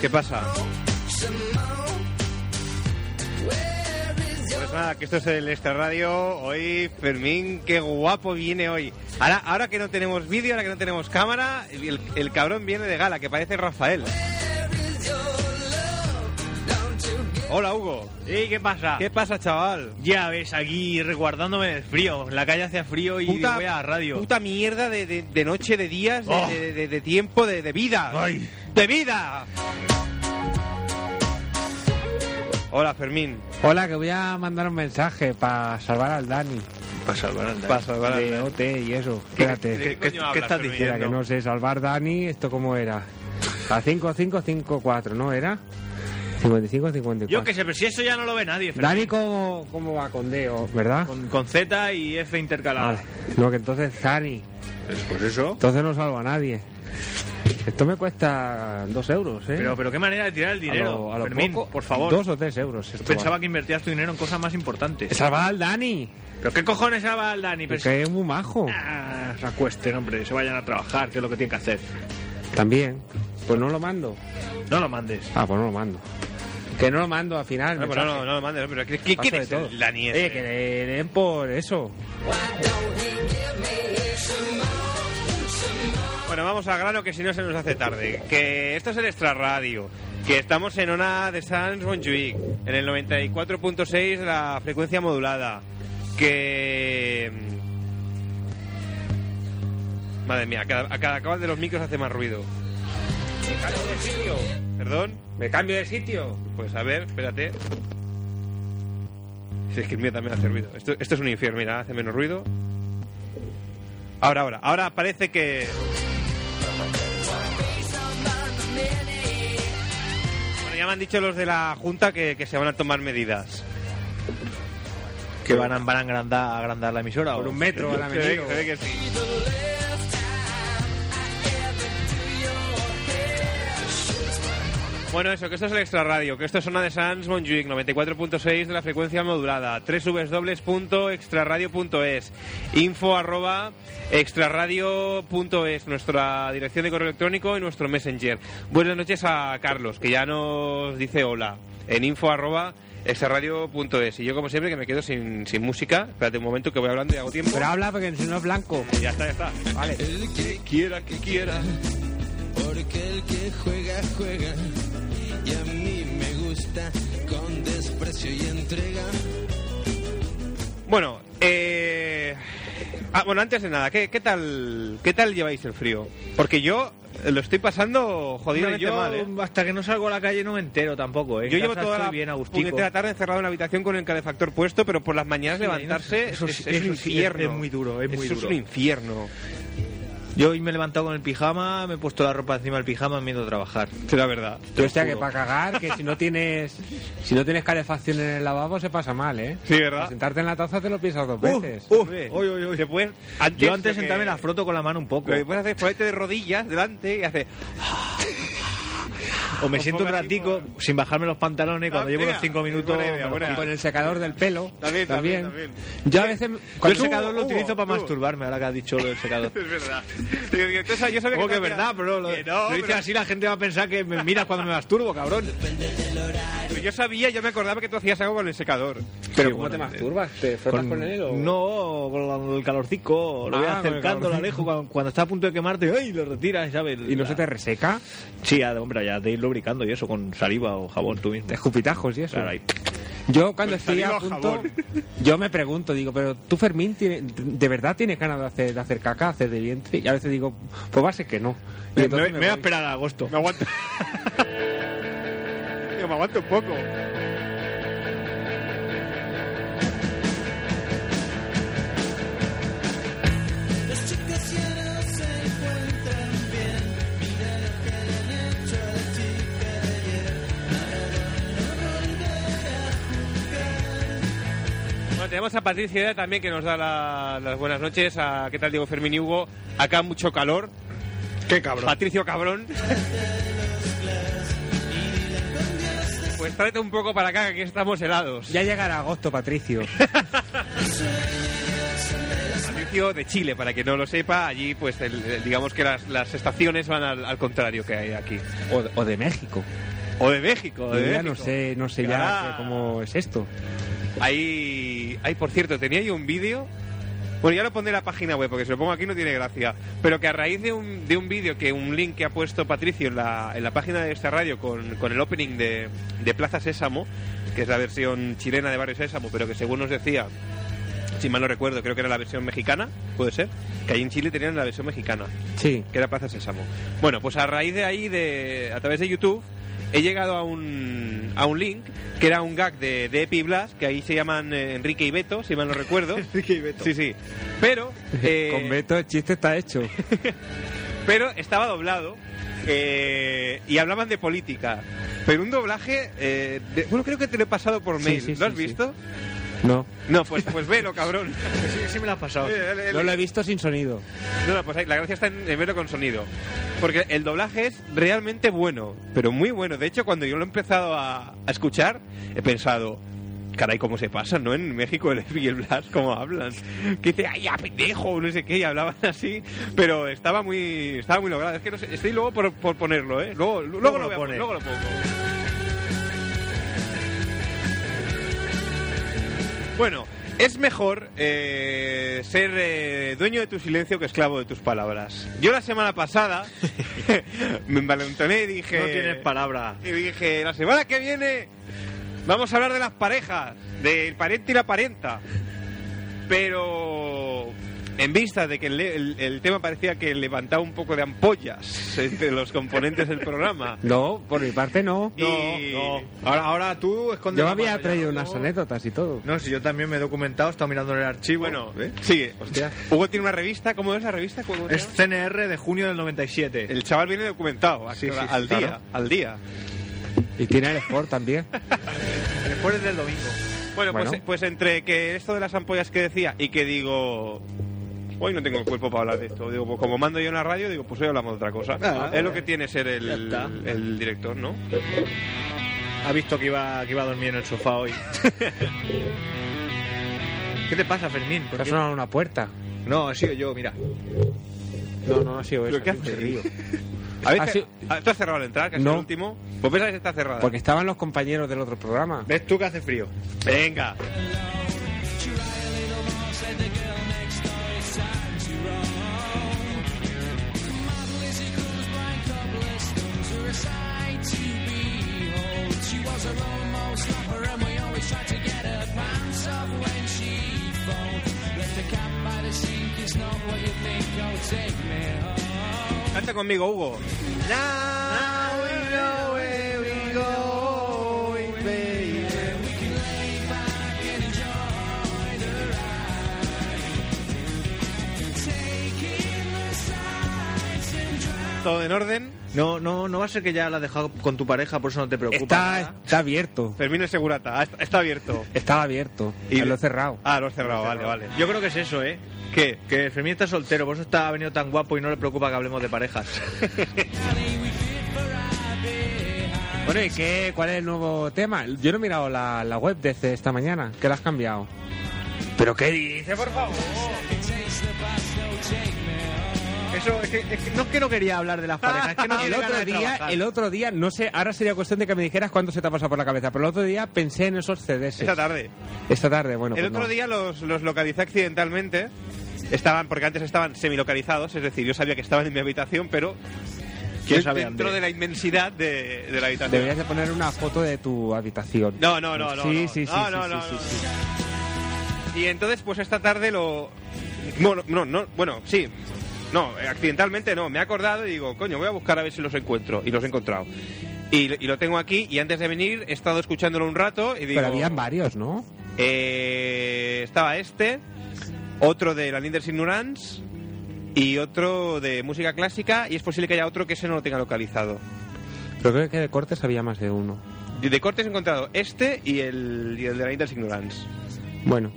¿Qué pasa? Pues nada, que esto es el Extra Radio. Hoy, Fermín, qué guapo viene hoy. Ahora, ahora que no tenemos vídeo, ahora que no tenemos cámara, el, el cabrón viene de gala, que parece Rafael. Hola, Hugo. ¿Y qué pasa? ¿Qué pasa, chaval? Ya ves, aquí resguardándome del frío. La calle hacía frío y voy a la radio. Puta mierda de, de- de noche, de días, de, Oh. de- de- de tiempo, de, de vida. Ay. ¡De vida! Hola, Fermín. Hola, que voy a mandar un mensaje para salvar al Dani. Para salvar al Dani. Para salvar al de Dani. OT y eso. ¿Qué- Espérate. qué- qué coño qué hablas, estás Fermín? Espera, que no sé, salvar Dani, ¿esto cómo era? A 5554, ¿no era? 5554. Yo que sé, pero si eso ya no lo ve nadie. Fran. Dani como, como va con Deo, ¿verdad? Con, con Z y F intercalado. Vale. No, que entonces Dani. Pues, pues eso. Entonces no salvo a nadie. Esto me cuesta dos euros, ¿eh? Pero, pero qué manera de tirar el A dinero. lo- a lo Fermín, poco, por favor. Dos o tres euros. Esto Pensaba vale. que invertías tu dinero en cosas más importantes. Salvar al Dani, ¿Pero qué cojones va al Dani? Pero si- que es muy majo. Ah, se acuesten, hombre, se vayan a trabajar, que es lo que tienen que hacer. También. Pues no lo mando. No lo mandes. Ah, pues no lo mando. Que no lo mando al final. No, pues no, mensaje. no, no lo mandes, pero ¿qué, qué, Paso quién de es el todo. Dani Eh, ese? Oye, que le den por eso. Bueno, vamos al grano que si no se nos hace tarde. Que esto es el Extra Radio. Que estamos en una de Sans Montjuic, en el 94.6 de la frecuencia modulada. Que. mm, Madre mía, cada, a cada cabal de los micros hace más ruido. Me cambio de sitio. ¿Perdón? Me cambio de sitio. Pues a ver, espérate. Si es que el mío también hace ruido. Esto, esto es un infierno, mira, hace menos ruido. Ahora, ahora, ahora parece que. Bueno, ya me han dicho los de la Junta que, que se van a tomar medidas. ¿Que van a, van a agrandar, agrandar la emisora? Por o- un metro van a Se ve, venir. se ve que sí. Bueno, eso, que esto es el Extra Radio, que esto es Zona de Sans Montjuic, 94.6 de la frecuencia modulada, www.extraradio.es, info arroba extraradio.es, nuestra dirección de correo electrónico y nuestro messenger. Buenas noches a Carlos, que ya nos dice hola, en info arroba extraradio.es. Y yo, como siempre, que me quedo sin, sin música. Espérate un momento que voy hablando y hago tiempo. Pero habla porque si no es blanco. Ya está, ya está. Vale. El que quiera que quiera, porque el que juega juega. Y a mí me gusta con desprecio y entrega. Bueno, eh... ah, bueno, antes de nada, ¿qué, qué tal, ¿qué tal lleváis el frío? Porque yo lo estoy pasando Hombre, jodidamente yo mal, ¿eh? hasta que no salgo a la calle no me entero tampoco, ¿eh? En Yo llevo casa toda estoy la bien a gustico. puñetera tarde encerrado en la habitación con el calefactor puesto, pero por las mañanas Sí, levantarse eso es, sí, es un eso sí, es- infierno. es muy duro, es muy Eso duro. es un infierno. Yo hoy me he levantado con el pijama, me he puesto la ropa encima del pijama me he ido a trabajar. Sí, la verdad. O sea que para cagar, que si no tienes si no tienes calefacción en el lavabo se pasa mal, ¿eh? Sí, Para ¿verdad? sentarte en la taza te lo piensas dos veces. Uh, Hombre, uy, uy, uy. te puedes- Yo lo antes de sentarme que- pues, la froto con la mano un poco. Lo que puedes hacer es ponerte de rodillas delante y hacer... O me siento un pongo así ratico por- sin bajarme los pantalones cuando Ah, llevo mira, los cinco es minutos. buena idea, me buena. los Y con el secador del pelo. También, también, también. Yo a veces. Yo el Tú, secador lo Hugo, utilizo para Hugo. masturbarme, ahora que has dicho lo del secador. Es verdad. Digo, digo, tú sabes- yo sabía Como que es no hacía- verdad, bro. Lo, Que no, lo dices pero- así, la gente va a pensar que me miras cuando me masturbo, cabrón. Yo sabía, yo me acordaba que tú hacías algo con el secador. Pero Sí, ¿cómo bueno, te masturbas? ¿Te frotas con, él o.? No, con el calorcico. Lo voy Ah, con el acercando, lo calorcico. alejo. Cuando, cuando está a punto de quemarte, ¡ay! Lo retiras, ¿sabes? ¿Y no se te reseca? Sí, ya, hombre, ya te ir lubricando y eso con saliva o jabón tú mismo. Te escupitajos y eso. Claro, ahí. Yo cuando Con estoy a saliva o punto, jabón. yo me pregunto, digo, pero tú Fermín, tiene- ¿de verdad tienes ganas de hacer, de hacer caca, hacer de vientre? Y a veces digo, pues va a ser que no. Y Me, entonces me- me voy a voy. esperar a agosto. Me aguanto. Yo me aguanto un poco. Los chicos ya no se encuentran bien. Mira lo que le han hecho a la chica de ayer. Bueno, tenemos a Patricia Eda también que nos da la- las buenas noches. A, ¿Qué tal, Diego Fermín y Hugo? Acá mucho calor. Qué cabrón. Patricio Cabrón. Pues tráete un poco para acá, que aquí estamos helados. Ya llegará agosto, Patricio. Patricio de Chile, para que no lo sepa, allí pues el- el- digamos que las, las estaciones van al, al contrario que hay aquí. o, o de México. O de México, o Yo de ya no México. sé, no sé ya Ah. que- cómo es esto. Ahí, ahí, por cierto, tenía yo un vídeo. Bueno, ya lo pondré en la página web, porque si lo pongo aquí no tiene gracia. Pero que a raíz de un, de un vídeo, que un link que ha puesto Patricio en la, en la página de esta radio con, con el opening de, de Plaza Sésamo, que es la versión chilena de Barrio Sésamo, pero que según nos decía, si mal no recuerdo, creo que era la versión mexicana, puede ser, que ahí en Chile tenían la versión mexicana Sí. que era Plaza Sésamo. Bueno, pues a raíz de ahí, de, a través de YouTube, he llegado a un, a un link que era un gag de, de Epi Blas, que ahí se llaman eh, Enrique y Beto, si mal no recuerdo. Enrique y Beto. Sí, sí. Pero, eh, Con Beto el chiste está hecho. pero estaba doblado eh, y hablaban de política. Pero un doblaje, eh, de- bueno, creo que te lo he pasado por Sí, mail. sí, ¿Lo has sí, sí. visto? No. No, pues, pues velo, cabrón. Sí, sí me la has pasado. El- el- No lo he visto sin sonido. No, no, pues ahí, la gracia está en, en verlo con sonido. Porque el doblaje es realmente bueno, pero muy bueno. De hecho, cuando yo lo he empezado a, a escuchar, he pensado, caray, cómo se pasa, ¿no? En México el Epi y el Blas, cómo hablan. Que dice, ay, ya, pendejo, no sé qué, y hablaban así. Pero estaba muy estaba muy logrado. Es que no sé, estoy luego por, por ponerlo, ¿eh? Luego, luego, Luego lo lo voy a- pone. luego lo pongo. Bueno, es mejor eh, ser eh, dueño de tu silencio que esclavo de tus palabras. Yo la semana pasada me envalentoné y dije... No tienes palabra. Y dije, la semana que viene vamos a hablar de las parejas, del pariente y la parienta. Pero en vista de que el, el- el tema parecía que levantaba un poco de ampollas entre los componentes del programa. No, por mi parte no. Y- No, no. Ahora, ahora tú escondes. Yo la había mano, traído ya, unas ¿no? anécdotas y todo. No, si yo también me he documentado, he estado mirando en el archivo. Bueno, ¿eh? sigue. Hostia. Este. Hugo tiene una revista, ¿cómo es la revista? ¿Cómo se Es llama? CNR de junio del 97. El chaval viene documentado, Sí, sí, sí, al día, claro. al día. Y tiene el Sport también. Después del domingo. Bueno, pues, Bueno. pues entre que esto de las ampollas que decía y que digo... Hoy no tengo el cuerpo para hablar de esto. Digo, pues como mando yo en la radio, digo, pues hoy hablamos de otra cosa. Ah, es lo bueno. que tiene ser Ya el, está. el director, ¿no? Ha visto que iba, que iba a dormir en el sofá hoy. ¿Qué te pasa, Fermín? ¿Por Te ha qué? sonado una puerta. No, ha sido yo, mira. Pues No, no ha sido ¿Pero eso. qué ha sido haces? un río. ¿Habéis Ah, cer- sí. ah, ¿Tú has cerrado al entrar, que es No. el último? Pues pensad que está cerrada. Porque estaban los compañeros del otro programa. ¿Ves tú que hace frío? Venga. Canta conmigo, Hugo. Todo en orden. No, no, no va a ser que ya la has dejado con tu pareja, por eso no te Ah, preocupes. Está, está abierto. Fermín el Segurata. Ah, está- Está abierto. Estaba abierto. Y- Y lo he cerrado. Ah, lo has cerrado. Vale, vale. Yo creo que es eso, ¿eh? ¿Qué? Que Fermín está soltero, por eso está, ha venido tan guapo y no le preocupa que hablemos de parejas. Bueno, ¿y qué, cuál es el nuevo tema? Yo no he mirado la, la web desde esta mañana, que la has cambiado. ¿Pero qué dices? Eso, es que, es que- no es que no quería hablar de las parejas, es que no el tiene otro ganas de día, trabajar. el otro día, no sé, ahora sería cuestión de que me dijeras cuándo se te ha pasado por la cabeza, pero el otro día pensé en esos CDs. Esta tarde. Esta tarde, bueno. El pues otro no. día los, los localicé accidentalmente. Estaban, porque antes estaban semilocalizados, es decir, yo sabía que estaban en mi habitación, pero ¿Quién sabe, dentro Andrés? de la inmensidad de, de la habitación. Deberías de poner una foto de tu habitación. No, no, no, no. Sí, no. sí, sí, No, sí, no, sí, no, sí, no, sí. no. Y entonces, pues esta tarde lo. Bueno, no, no, bueno, sí. No, eh, accidentalmente no. Me he acordado y digo, coño, voy a buscar a ver si los encuentro. Y los he encontrado. Y, y lo tengo aquí. Y antes de venir he estado escuchándolo un rato y digo. Pero habían varios, ¿no? Eh, estaba este, otro de la Linders Ignorance y otro de música clásica y es posible que haya otro que ese no lo tenga localizado. Pero creo que de cortes había más de uno. Y De cortes he encontrado este y el, y el de la Linders Ignorance. Bueno.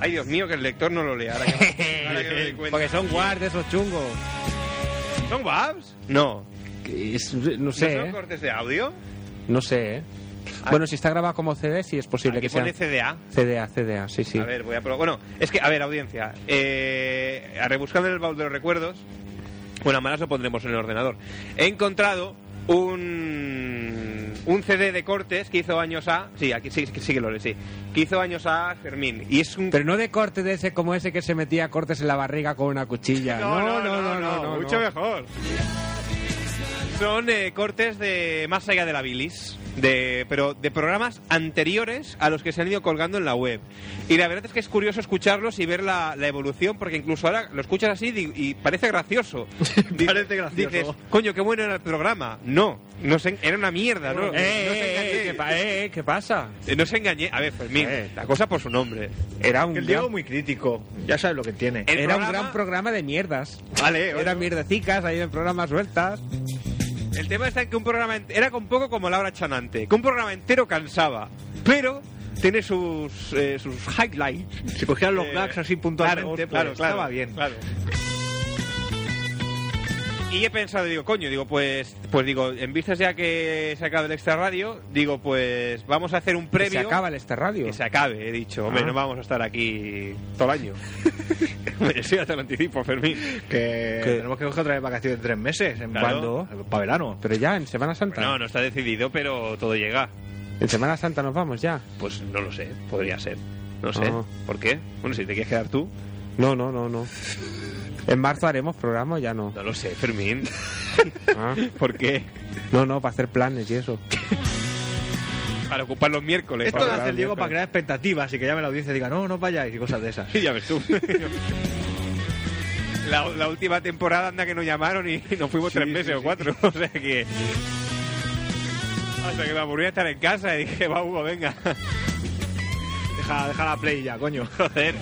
Ay, Dios mío, que el lector no lo lea. Ahora que, ahora que me doy cuenta. Porque son guards de esos chungos. ¿Son WAVs? No. Que es- no ¿No sé, son ¿eh? cortes de audio? No sé, ¿eh? Bueno, si está grabado como CD, sí es Ah. posible Aquí que sea pone CDA. CDA, CDA, sí, sí. A ver, voy a probar. Bueno, es que, a ver, audiencia. Eh, a rebuscando en el baúl de los recuerdos. Bueno, a malas lo pondremos en el ordenador. He encontrado un. un CD de cortes que hizo años a. Sí, aquí sí, sí, sí, que lo leí, sí. Que hizo años a Fermín. Y es un. Pero no de corte de ese como ese que se metía cortes en la barriga con una cuchilla. No, no, no, no, no, no. mucho mejor. Son eh, cortes de Más allá de la bilis. De, pero de programas anteriores a los que se han ido colgando en la web. Y la verdad es que es curioso escucharlos y ver la, la evolución, porque incluso ahora lo escuchas así y, di- y parece gracioso. Di- Parece gracioso. Dices, coño, qué bueno era el programa. No, no se- era una mierda. No, Eh, no se eh, eh, engañé. ¿qué pa- eh, eh, ¿Qué pasa? Eh, No se engañe. A ver, Fermín, Eh. la cosa por su nombre. Era un, El gran, Diego muy crítico. Ya sabes lo que tiene. El era un programa- gran programa de mierdas. eh, Vale, Eran mierdecicas, ahí en programas sueltas. El tema está en que un programa ent- era un poco como Laura Chanante, que un programa entero cansaba, pero tiene sus, eh, sus highlights. Si cogían los Eh, gags así claramente, puntualmente, pues, claro, claro, estaba bien. claro. Y he pensado, digo, coño, digo, pues, pues digo, en vistas ya que se acaba el extra radio, digo, pues vamos a hacer un Que previo. Se acaba el este radio. Que se acabe, he dicho. Hombre, Ah. no vamos a estar aquí todo el año. Hombre, sí, hasta lo anticipo, Fermín. Que Que- tenemos que coger otra vez vacaciones de tres meses. En Claro. Para verano. Pero ya, en Semana Santa. No, no está decidido, pero todo llega. En Semana Santa nos vamos ya. Pues no lo sé, podría ser. No sé. Ah. ¿Por qué? Bueno, si te quieres quedar tú, No, no, no, no. En marzo haremos programa, ya no. no lo sé, Fermín. Ah. ¿Por qué? No, no, para hacer planes y eso. Para ocupar los miércoles. Esto Para lo hace ocupar el los Diego para miércoles. crear expectativas y que llame la audiencia y diga, no, no vayáis y cosas de esas. Ya ves tú. La, la última temporada anda que nos llamaron y, y nos fuimos tres meses o cuatro. O sea que. Hasta que me aburría estar en casa y dije, va Hugo, venga. Deja, deja la play ya, coño. Joder.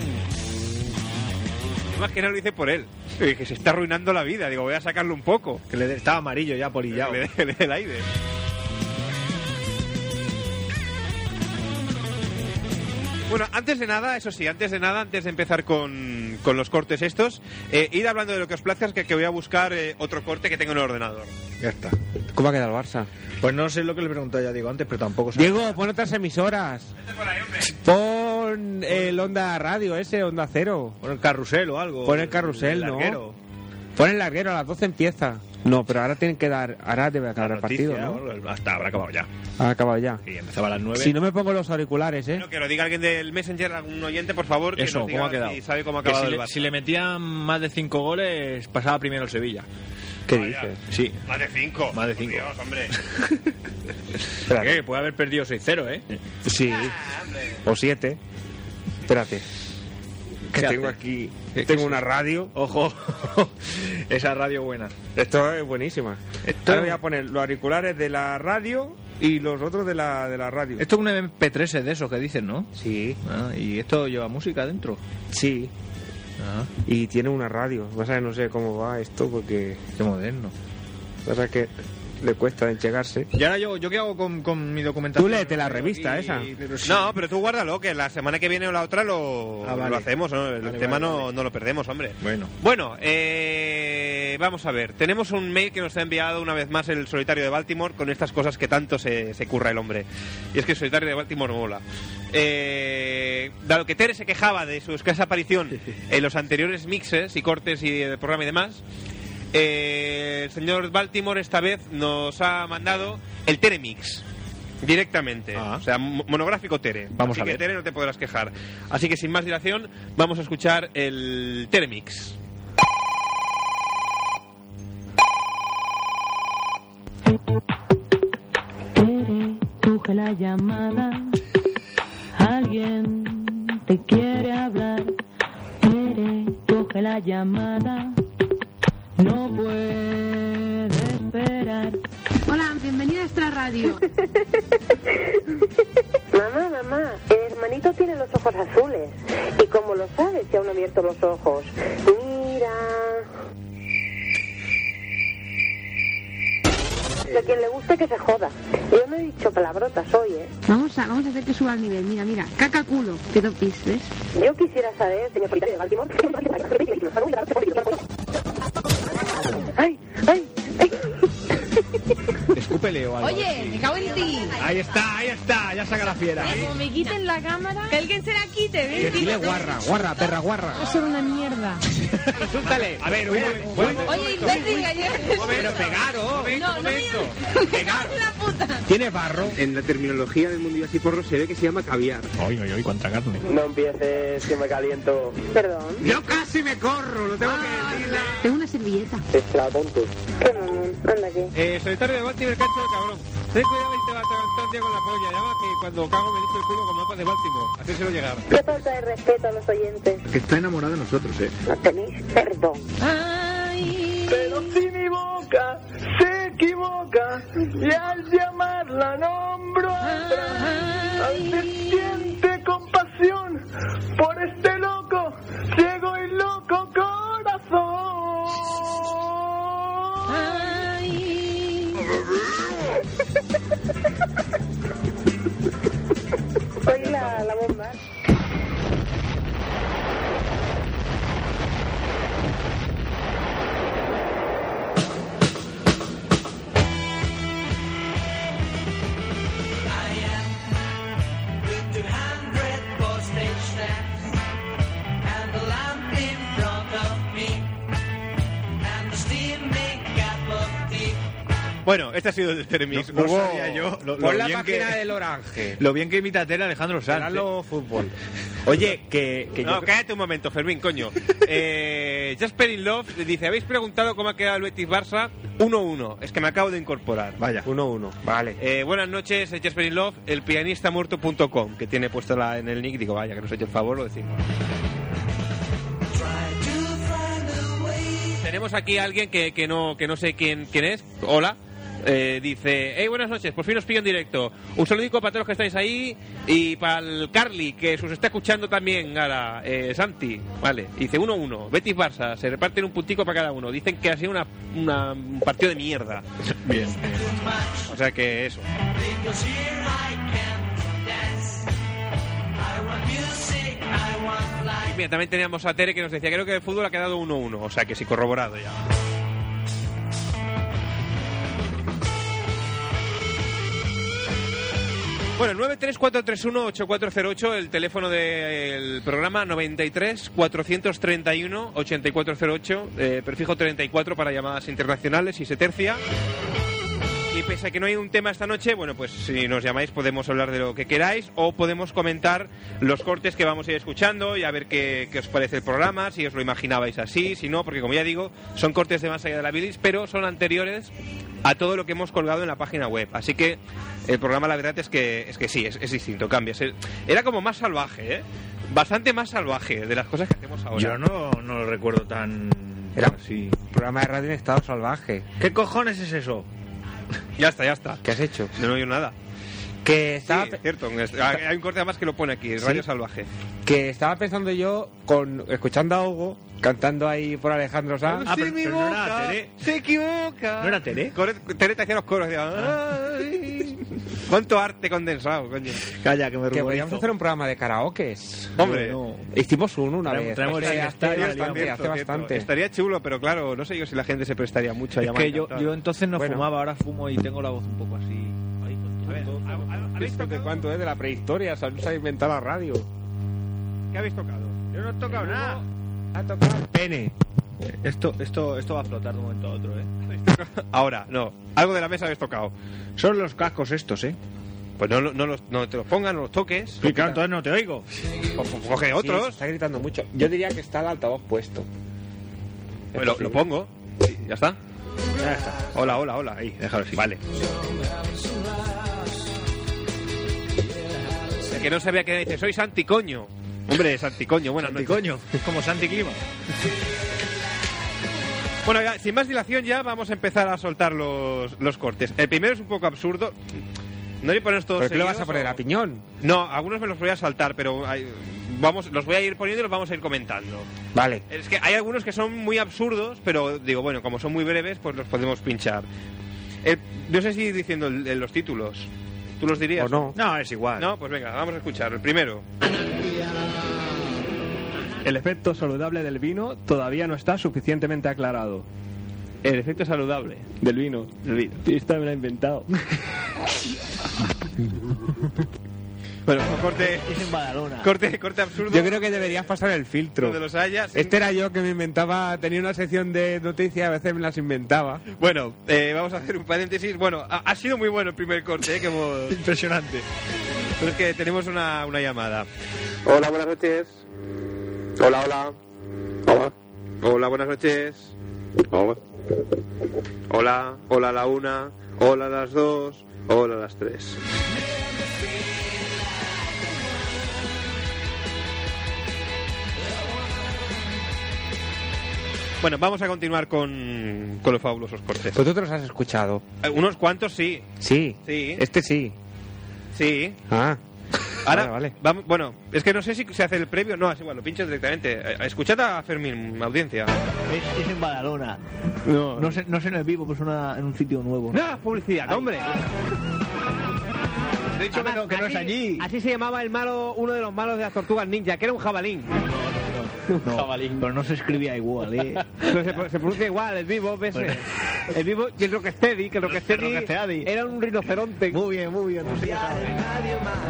Más que no lo hice por él. Y dije, se está arruinando la vida. Digo, voy a sacarlo un poco. Que le de- estaba amarillo ya, Ya, polillado. le dé- le dé el aire. Bueno, antes de nada, eso sí, antes de nada, antes de empezar con, con los cortes estos, eh, id hablando de lo que os plazca, que, que voy a buscar eh, otro corte que tengo en el ordenador. Ya está. ¿Cómo ha quedado el Barça? Pues no sé lo que le preguntó ya Diego antes, pero tampoco sé. Diego, pon otras emisoras. Pon el Onda Radio ese, Onda Cero. Pon el carrusel o algo. Pon el carrusel, ¿no? larguero. Pon el larguero, a las 12 empieza. No, pero ahora tienen que dar, ahora debe acabar el partido, Noticia, ¿no? o algo. Hasta habrá acabado ya. Ha acabado ya. Y empezaba a las nueve. Si no me pongo los auriculares, ¿eh? Bueno, que lo diga alguien del Messenger, algún oyente, por favor, que Eso, nos diga ¿cómo ha quedado? si sabe cómo ha Que acabado si, el le, Barça. si le metían más de cinco goles, pasaba primero el Sevilla. ¿Qué Vaya. dices? Sí. Más de cinco. Más de Por cinco. Dios, hombre. Espérate. ¿Qué? Puede haber perdido 6-0, ¿eh? Sí. Ah, O siete. Espérate. Que ¿Qué tengo hace? aquí. ¿Qué- qué Tengo es una radio. Ojo, esa radio buena. Esto es buenísima. Esto- Ahora voy a poner los auriculares de la radio y los otros de la, de la radio. Esto es un MP3 de esos que dicen, ¿no? Sí, Ah, y esto lleva música dentro. sí. Ah, Y tiene una radio. O sea, no sé cómo va esto porque. qué moderno. Pasa que le cuesta enchegarse. Y ahora yo, ¿yo qué hago con, con mi documentación? Tú léete la revista esa. No, pero tú guárdalo, que la semana que viene o la otra lo, Ah, vale. lo hacemos, ¿no? El Vale, tema vale, no, vale. no lo perdemos, hombre. Bueno. Bueno, eh, vamos a ver. Tenemos un mail que nos ha enviado una vez más el solitario de Baltimore con estas cosas que tanto se, se curra el hombre. Y es que el solitario de Baltimore mola. Eh, dado que Tere se quejaba de su escasa aparición en los anteriores mixes y cortes y de programa y demás, eh, el señor Baltimore esta vez nos ha mandado el Tere Mix. Directamente, Ah. o sea, mo- monográfico Tere. Vamos Así a que ver. Tere no te podrás quejar. Así que sin más dilación, vamos a escuchar el Tere Mix. Tere, coge la llamada. Alguien te quiere hablar. Tere, coge la llamada. No puede esperar. Hola, bienvenida a Extra Radio. Mamá, mamá, el hermanito tiene los ojos azules. ¿Y cómo lo sabes si aún no ha abierto los ojos? Mira. Y a quien le guste que se joda. Yo no he dicho palabrotas hoy, ¿eh? Vamos a, vamos a hacer que suba el nivel. Mira, mira, caca culo. Que no pises. Yo quisiera saber, señor Solitario de Baltimore. Ay, ay, ay. peleo. o algo. Oye, me cago en ti. Pues Ahí está, ahí está, ya saca la fiera. Como me quiten la cámara. Que alguien se la quite, Que dile guarra, guarra, perra guarra. Va a ser una mierda. Insúltale. A ver, un momento. Oye, imbécil, ayer. Pero oh, pegaros. No, no me Pegar. la puta. Tiene barro. En la terminología del mundillo así porro se ve que se llama caviar. Oye, oye, oye, cuánta carne. No empieces que me caliento. Perdón. Yo casi me corro, lo tengo que decir. Tengo una servilleta. Es la tonto. Qué mamón. Mm, Anda aquí. Eh, solitario de Baltimore, cacho de cabrón. Ten cuidado y te va a atragantar un día con la polla. Llama que cuando cago me limpio el culo con mapas de Baltimore. Hacérselo llegar. Qué falta de respeto a los oyentes. Que está enamorado de nosotros, eh. No tenéis perdón. Ay. Pero si mi boca se equivoca y al llamarla nombro a otra, al que siente compasión por este loco, ciego y loco corazón. Soy la, la bomba. Bueno, este ha sido el término. No, no sabía yo lo, lo Pon la bien página que, del orange. lo bien que imita a Tela Alejandro Sanz. ¿eh? Dalo fútbol. Oye, que, que yo- No, cállate un momento, Fermín, coño. Eh, Jasper in Love le dice, ¿habéis preguntado cómo ha quedado el Betis Barça? 1-1. Es que me acabo de incorporar. Vaya. 1-1. Vale. Eh, buenas noches, eh, Jasper in Love, elpianistamuerto.com, que tiene puesto la, en el nick. Digo, vaya, que nos ha hecho el favor, lo decimos. Tenemos aquí a alguien que, que no, que no sé quién, quién es. Hola. Eh, dice, hey, buenas noches, por fin os pillo en directo. Un saludico para todos los que estáis ahí y para el Carly, que os está escuchando también ahora, eh, Santi. Vale, dice 1-1, Betis Barça, se reparten un puntico para cada uno. Dicen que ha sido una, una- un partido de mierda. Bien. O sea que eso. Y Mira, también teníamos a Tere que nos decía, creo que el fútbol ha quedado 1-1, o sea que sí, corroborado ya. Bueno, 93431-8408, el teléfono del programa 93-431-8408, eh, prefijo 34 para llamadas internacionales y se tercia. Y pese a que no hay un tema esta noche, bueno, pues si nos llamáis podemos hablar de lo que queráis o podemos comentar los cortes que vamos a ir escuchando y a ver qué, qué os parece el programa, si os lo imaginabais así, si no, porque como ya digo, son cortes de más allá de la bilis, pero son anteriores a todo lo que hemos colgado en la página web. Así que el programa la verdad es que, es que sí, es, es distinto, cambia. Se- Era como más salvaje, ¿eh? Bastante más salvaje de las cosas que hacemos ahora. Yo no, no lo recuerdo tan. Era- Sí. Programa de radio en estado salvaje. ¿Qué cojones es eso? Ya está, ya está. ¿Qué has hecho? Yo no oigo nada. Que Sí, estaba, pe- cierto. Hay un corte además que lo pone aquí, Radio Salvaje. que estaba pensando yo, con escuchando a Hugo, cantando ahí por Alejandro Sanz. Ah, pero- pero no era Tere. se equivoca. ¿No era Tere? Core- Tere te hacía los coros. decía, "Ay". ¿Cuánto arte condensado, coño? Calla, que me Que podríamos hacer un programa de karaokes. Hombre, No. Hicimos uno una Traemos- vez. traemos hace, el hace estadio, bastante, cierto, hace cierto. bastante. Estaría chulo, pero claro, no sé yo si la gente se prestaría mucho a Es llamar. que yo, yo entonces no Bueno. fumaba, ahora fumo y tengo la voz un poco así. Ay, con A ver, todo. ¿ha- ha- ¿habéis ¿De tocado? cuánto es? De la prehistoria. Se ha inventado la radio. ¿Qué habéis tocado? Yo no he tocado nada. Ha tocado pene. Esto, esto, Oh, esto va a flotar de un momento a otro, ¿eh? Ahora, no. Algo de la mesa habéis tocado. Son los cascos estos, ¿eh? Pues no, lo- no, los- no te los pongan, no los toques. Sí, claro, entonces no te oigo. O- o- Coge Sí, se otros. está gritando mucho. Yo diría que está el altavoz puesto. Pues lo, lo pongo. Sí, ya está. Ya está. Hola, hola, hola. Ahí. Déjalo así. Vale. El que no sabía que dice, soy Santi Coño. Hombre, Santi Coño, buenas Santi noches. coño, es como Santi Clima. Bueno, ya, sin más dilación ya vamos a empezar a soltar los, los cortes. El primero es un poco absurdo. No le pones todos ¿Pero qué lo vas seguidos a poner? o- ¿A piñón? No, algunos me los voy a saltar, pero hay- vamos, los voy a ir poniendo y los vamos a ir comentando. Vale. Es que hay algunos que son muy absurdos, pero digo, bueno, como son muy breves, pues los podemos pinchar. Eh, no sé si ir diciendo el- el- los títulos. ¿Tú los dirías? ¿O no? No, es igual. No, pues venga, vamos a escuchar. El primero. El efecto saludable del vino todavía no está suficientemente aclarado. El efecto saludable. Del vino. del vino. Y esta me la he inventado. Bueno, corte, Es en Badalona. corte, corte absurdo. Yo creo que deberías pasar el filtro. donde los haya. sí. Este era yo que me inventaba, tenía una sección de noticias, a veces me las inventaba. Bueno, eh, vamos a hacer un paréntesis. Bueno, ha, ha sido muy bueno el primer corte, eh, que hemos- Impresionante. pero es que tenemos una, una llamada. Hola, buenas noches. Hola, hola. Hola. Hola, buenas noches. Hola. Hola, hola a la una, hola a las dos, hola a las tres. Bueno, vamos a continuar con, con los fabulosos cortes. ¿Vosotros has escuchado? Eh, Unos cuantos sí, Sí. Sí. Este sí. sí. Ah. Ahora, Vale, vale. vamos- bueno, es que no sé si se hace el previo. No, es igual, lo pinchas directamente. Eh, Escuchad a Fermín, audiencia. Es, es en Badalona. No, No sé, no sé en el vivo, pues una, en un sitio nuevo. ¡Ah, publicidad, hombre! he dicho que no, que no es allí. Así se llamaba el malo, uno de los malos de las tortugas ninja, que era un jabalín. No, pero no se escribía igual, ¿eh? Pero se, se pronuncia igual, el vivo, ves. El vivo y el Rocksteady, que el El Rocksteady Rocksteady. era un rinoceronte. Muy bien, muy bien. tú sí que sabes.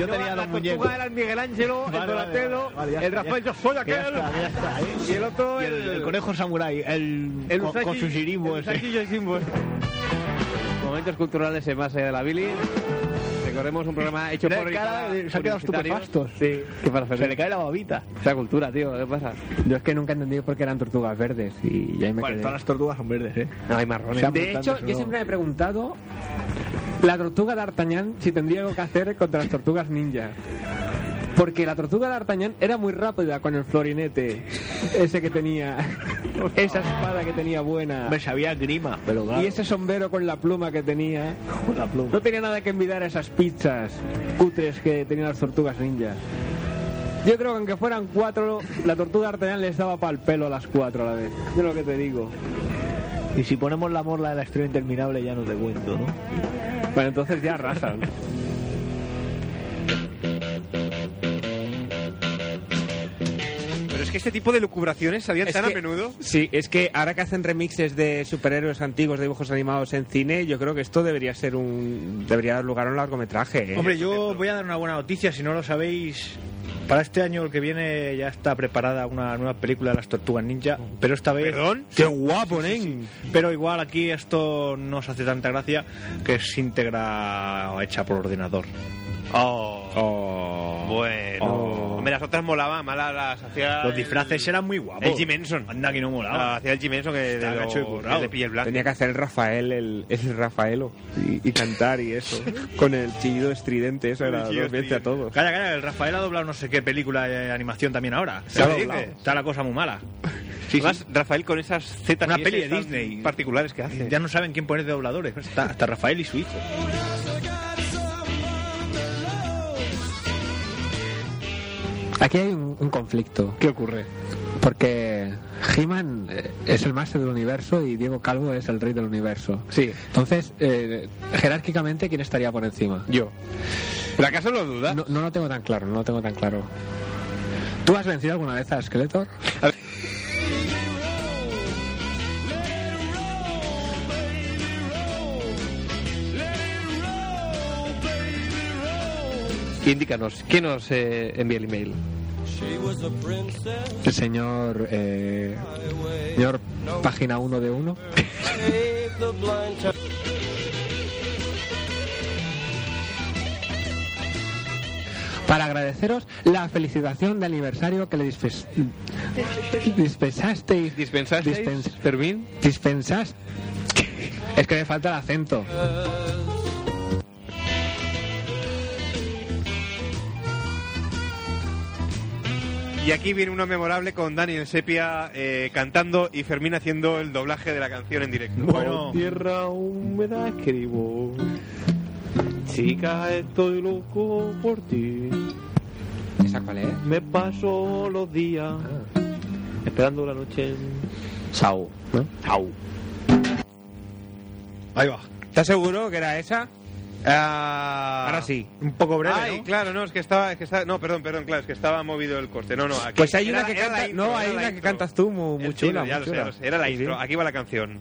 Yo tenía la dos muñecos. tortuga era pues el Miguel Ángelo, el Vale, vale, Donatello, vale, vale, ya el está, Rafael ya- Josoy que ya aquel, está, que ya está, ¿eh? y el otro Y el, el conejo samurái, el, el con, Usagi- con su shirimbo el ese. Usagi Yojimbo. Momentos culturales en base de la Billy. Recordemos un programa hecho Mira, por cara, Ricardo, se ha quedado universitarios. estupefacto. Sí, ¿qué para Se le cae la babita. Esa cultura, tío, ¿qué pasa? Yo es que nunca he entendido por qué eran tortugas verdes y ya me Bueno, todas las tortugas son verdes, ¿eh? No, hay marrones. Se han de portado hecho, eso, yo ¿no? siempre me he preguntado la tortuga de Artañán si tendría algo que hacer contra las tortugas ninja. Porque la tortuga de Artañán era muy rápida con el florinete ese que tenía, esa espada que tenía buena. Me sabía grima, pero claro. Y ese sombrero con la pluma que tenía. la pluma. No tenía nada que envidiar a esas pizzas cutres que tenían las tortugas ninja. Yo creo que aunque fueran cuatro, la tortuga artesanal les daba pa'l pelo a las cuatro a la vez. Es lo que te digo. Y si ponemos la morla de la historia interminable ya no te cuento, ¿no? Bueno, entonces ya arrasan. Pero es que este tipo de lucubraciones salían Es tan que- a menudo. Sí, es que ahora que hacen remixes de superhéroes antiguos, de dibujos animados en cine, yo creo que esto debería ser un. debería dar lugar a un largometraje. ¿eh? Hombre, yo voy a dar una buena noticia, si no lo sabéis. Para este año, el que viene, ya está preparada una nueva película de las Tortugas Ninja, pero esta vez... ¿Perdón? ¡Qué guapo, nen! Pero igual aquí esto no os hace tanta gracia, que es íntegra hecha por ordenador. Oh, Oh. bueno. Oh. Hombre, las otras molaban, malas las hacía. Los el- disfraces eran muy guapos. el Jim Henson. Ah. Anda, que no las molaba. hacía el Jim Henson, que de, Está lo- gacho y currado. el de piel blanca. Tenía que hacer el Rafael, el, el Rafaelo, y, y cantar y eso. Con el chillido estridente, eso El era chillido dos veces a todos. Calla, calla, el Rafael ha doblado no sé qué película de animación también ahora. ¿Se ha Está doblado? Está la cosa muy mala. Sí, Además, sí. Rafael con esas Z Una peli de Disney. particulares que hace. Ya no saben quién poner de dobladores. Está- hasta Rafael y su hijo. Aquí hay un, un conflicto. ¿Qué ocurre? Porque He-Man eh, es el máster del universo y Diego Calvo es el rey del universo. Sí. Entonces, eh, jerárquicamente, ¿quién estaría por encima? Yo. ¿Pero acaso lo dudas? No, no lo tengo tan claro, no lo tengo tan claro. ¿Tú has vencido alguna vez a Skeletor? Indícanos, ¿quién nos envía el email? El señor... eh, señor página 1 de 1. Para agradeceros la felicitación de aniversario que le disfes- dispensasteis ¿Dispensasteis, Dispens- Fermín? dispensas. Es que me falta el acento. Y aquí viene uno memorable con Daniel Sepia eh, cantando y Fermín haciendo el doblaje de la canción en directo. Bueno, Tierra húmeda escribo. Chica, estoy loco por ti. ¿Esa cuál es? Me paso los días Ah. esperando la noche. Sau. Au. ahí va. ¿Estás seguro que era esa? Ah. Ahora sí. Un poco breve, Ay, ¿no? claro, no, es que estaba, es que estaba, no, perdón, perdón, claro, es que estaba movido el corte. No, no, aquí. Pues hay Era una la- que era la canta, intro, no, era hay la una que intro. cantas tú muy, El muy chino, chula, ya muy lo sé, chula. ya lo sé, Era la Sí, sí. intro, aquí va la canción.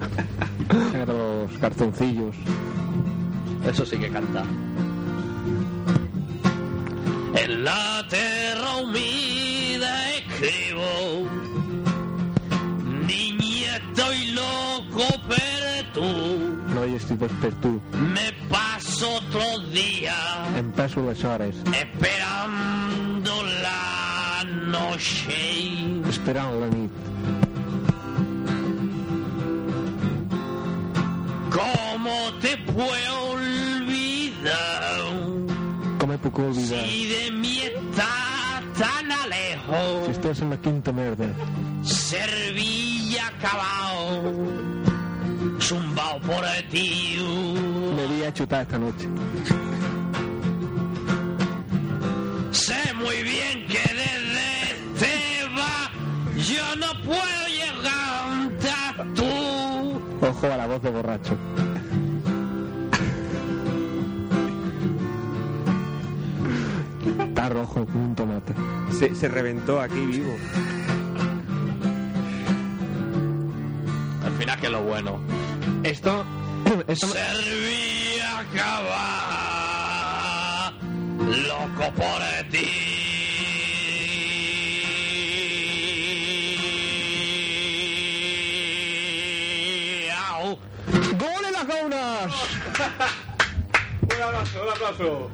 los cartoncillos. Eso sí que canta. En la tierra humida escribo, niña estoy loco, pero tú No hay estudios per tú. me paso otro día En peso les hores. esperando la noche. Esperant la nit. ¿Cómo te puedo olvidar Com he puc olvidar? si de mí estás tan alejo? Si estàs en la quinta merda. Servilla acabado, zumbao por ti. Me havia xutat esta noche. Sé muy bien que desde te va, yo no puedo llegar hasta tú. Ojo a la voz de borracho. Está rojo como un tomate. Se, se reventó aquí vivo. Al final, que es lo bueno. Esto. esto Servilla acabado, loco por ti. Au. ¡Gol en las gaunas! Un abrazo, un aplauso.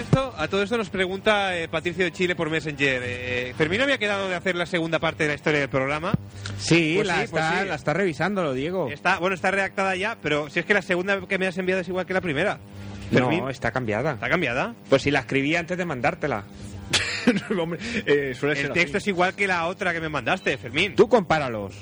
Esto- A todo esto nos pregunta eh, Patricio de Chile por Messenger. Eh, Fermín había quedado de hacer la segunda parte de la historia del programa. Sí, Pues la, sí, pues está, sí. la está revisándolo, Diego. Está, bueno, está redactada ya, pero si es que la segunda que me has enviado es igual que la primera. Fermín, No, está cambiada. ¿está cambiada? Pues si la escribí antes de mandártela. El texto es igual que la otra que me mandaste, Fermín. Tú compáralos.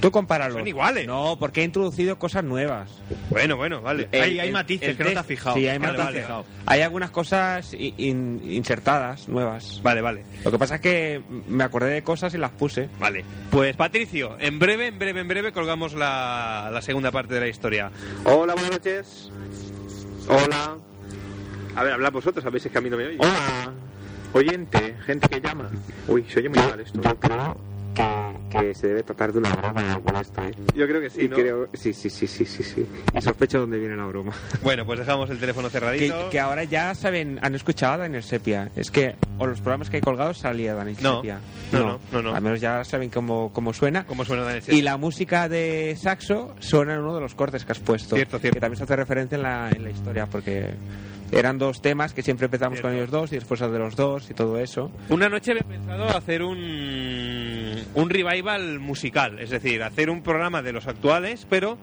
Tú compáralos. Son iguales. No, porque he introducido cosas nuevas. Bueno, bueno, vale. El- Hay- hay el- matices el que no te test- has fijado. Sí, hay Vale, matices. vale. Hay algunas cosas i- in- insertadas, nuevas. Vale, vale. Lo que pasa es que me acordé de cosas y las puse. Vale. Pues Patricio, en breve, en breve, en breve colgamos la, la segunda parte de la historia. Hola, buenas noches. Hola. A ver, hablad vosotros, a ver si es que a mí no me oye. Hola. Oyente, gente que llama. Uy, se oye muy mal esto. Yo creo que, que se debe tratar de una broma con esto, ¿eh? Yo creo que sí, y ¿no? creo, sí, sí, sí, sí, sí, sí. Y sospecho dónde viene la broma. Bueno, pues dejamos el teléfono Que, cerradito. que ahora ya saben, han escuchado a Daniel Sepia. Es que o los programas que hay colgados salía Daniel No. Sepia. No, no, no, no. Al menos ya saben cómo, cómo suena. ¿Cómo suena Daniel Sepia? Y la música de saxo suena en uno de los cortes que has puesto. Cierto, cierto. Que también se hace referencia en la, en la historia, porque eran dos temas que siempre empezamos Cierto. con ellos dos y después el de los dos y todo eso. Una noche había pensado hacer un, un revival musical, es decir, hacer un programa de los actuales, pero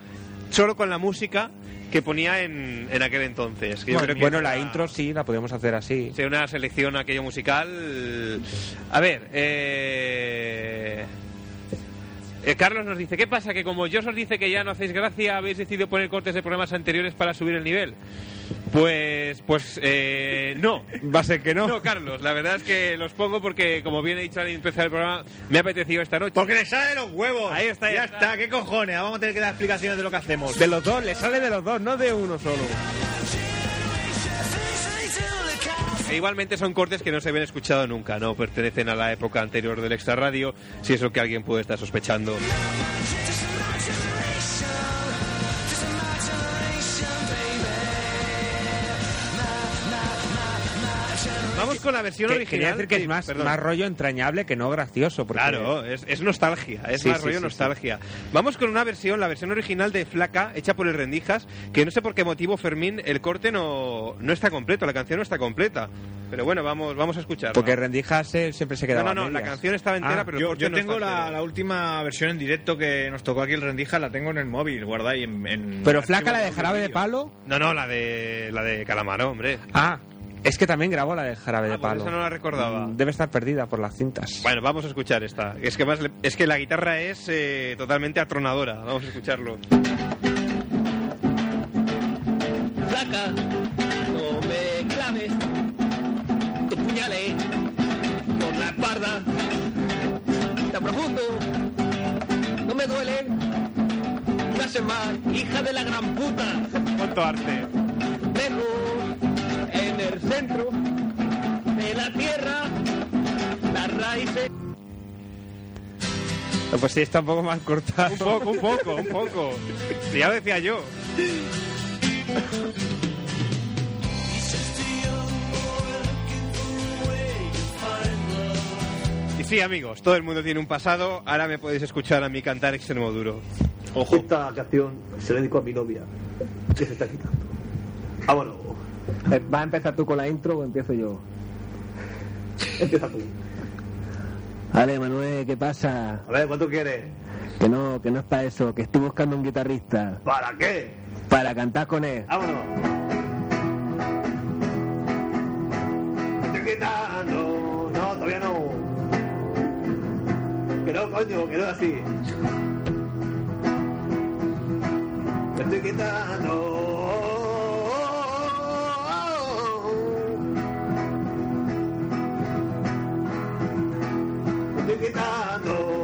solo con la música que ponía en, en aquel entonces. que yo bueno, creo que bueno, era- la intro sí la podemos hacer así. Sí, una selección aquello musical. A ver, eh... eh, Carlos nos dice, ¿qué pasa? Que como yo os dice que ya no hacéis gracia, habéis decidido poner cortes de programas anteriores para subir el nivel. Pues, pues, eh, no. Va a ser que no. No, Carlos, la verdad es que los pongo porque, como bien he dicho al empezar el programa, me ha apetecido esta noche. Porque le sale de los huevos. Ahí está, ya ya está. ¿Qué cojones? Vamos a tener que dar explicaciones de lo que hacemos. De los dos, le sale de los dos, no de uno solo. E igualmente son cortes que no se habían escuchado nunca, no pertenecen a la época anterior del extra radio, si es lo que alguien puede estar sospechando. Vamos con la versión Que- original. quería decir que Sí, es más, perdón. más rollo entrañable que no gracioso. Porque Claro, es, es nostalgia, es Sí, más sí, rollo sí, nostalgia. Vamos con una versión, la versión original de Flaca, hecha por el Rendijas, que no sé por qué motivo, Fermín, el corte no, no está completo, la canción no está completa. Pero bueno, vamos, vamos a escucharla. Porque Rendijas eh, siempre se no, quedaba no, a no, la medias. canción estaba entera, pero el Yo, corte Ah, yo no tengo está la, entero. la última versión en directo que nos tocó aquí el Rendija, la tengo en el móvil, guardada ahí en, en- Pero flaca la de archivo jarabe de palo. No, no, la de, la de Calamaro, hombre. Ah, es que también grabó la de jarabe de pues palo. esa no la recordaba. Mm, Debe estar perdida por las cintas. Bueno, vamos a escuchar esta. Es que, más le- es que la guitarra es eh, totalmente atronadora. Vamos a escucharlo. Flaca, no me claves tus puñales por la espalda tan profundo, no me duele, me hace mal, hija de la gran puta, Cuánto arte. lejos en el centro de la tierra, la las raíces. Pues sí, está un poco más corta. Un poco, un poco, un poco. Sí, Ya lo decía yo. Y sí, amigos, todo el mundo tiene un pasado. Ahora me podéis escuchar a mí cantar extremo duro. Ojo. Esta canción se la dedico a mi novia, que se está quitando. Vámonos. Eh, ¿Va a empezar tú con la intro o empiezo yo? Empieza tú. Vale, Manuel, ¿qué pasa? A ver, ¿cuánto quieres? Que no, que no es para eso, que estoy buscando un guitarrista. ¿Para qué? Para cantar con él. Ah, Vámonos. Estoy quitando. No, todavía no. Que no, coño, que no es así. Estoy quitando. Estoy quitando.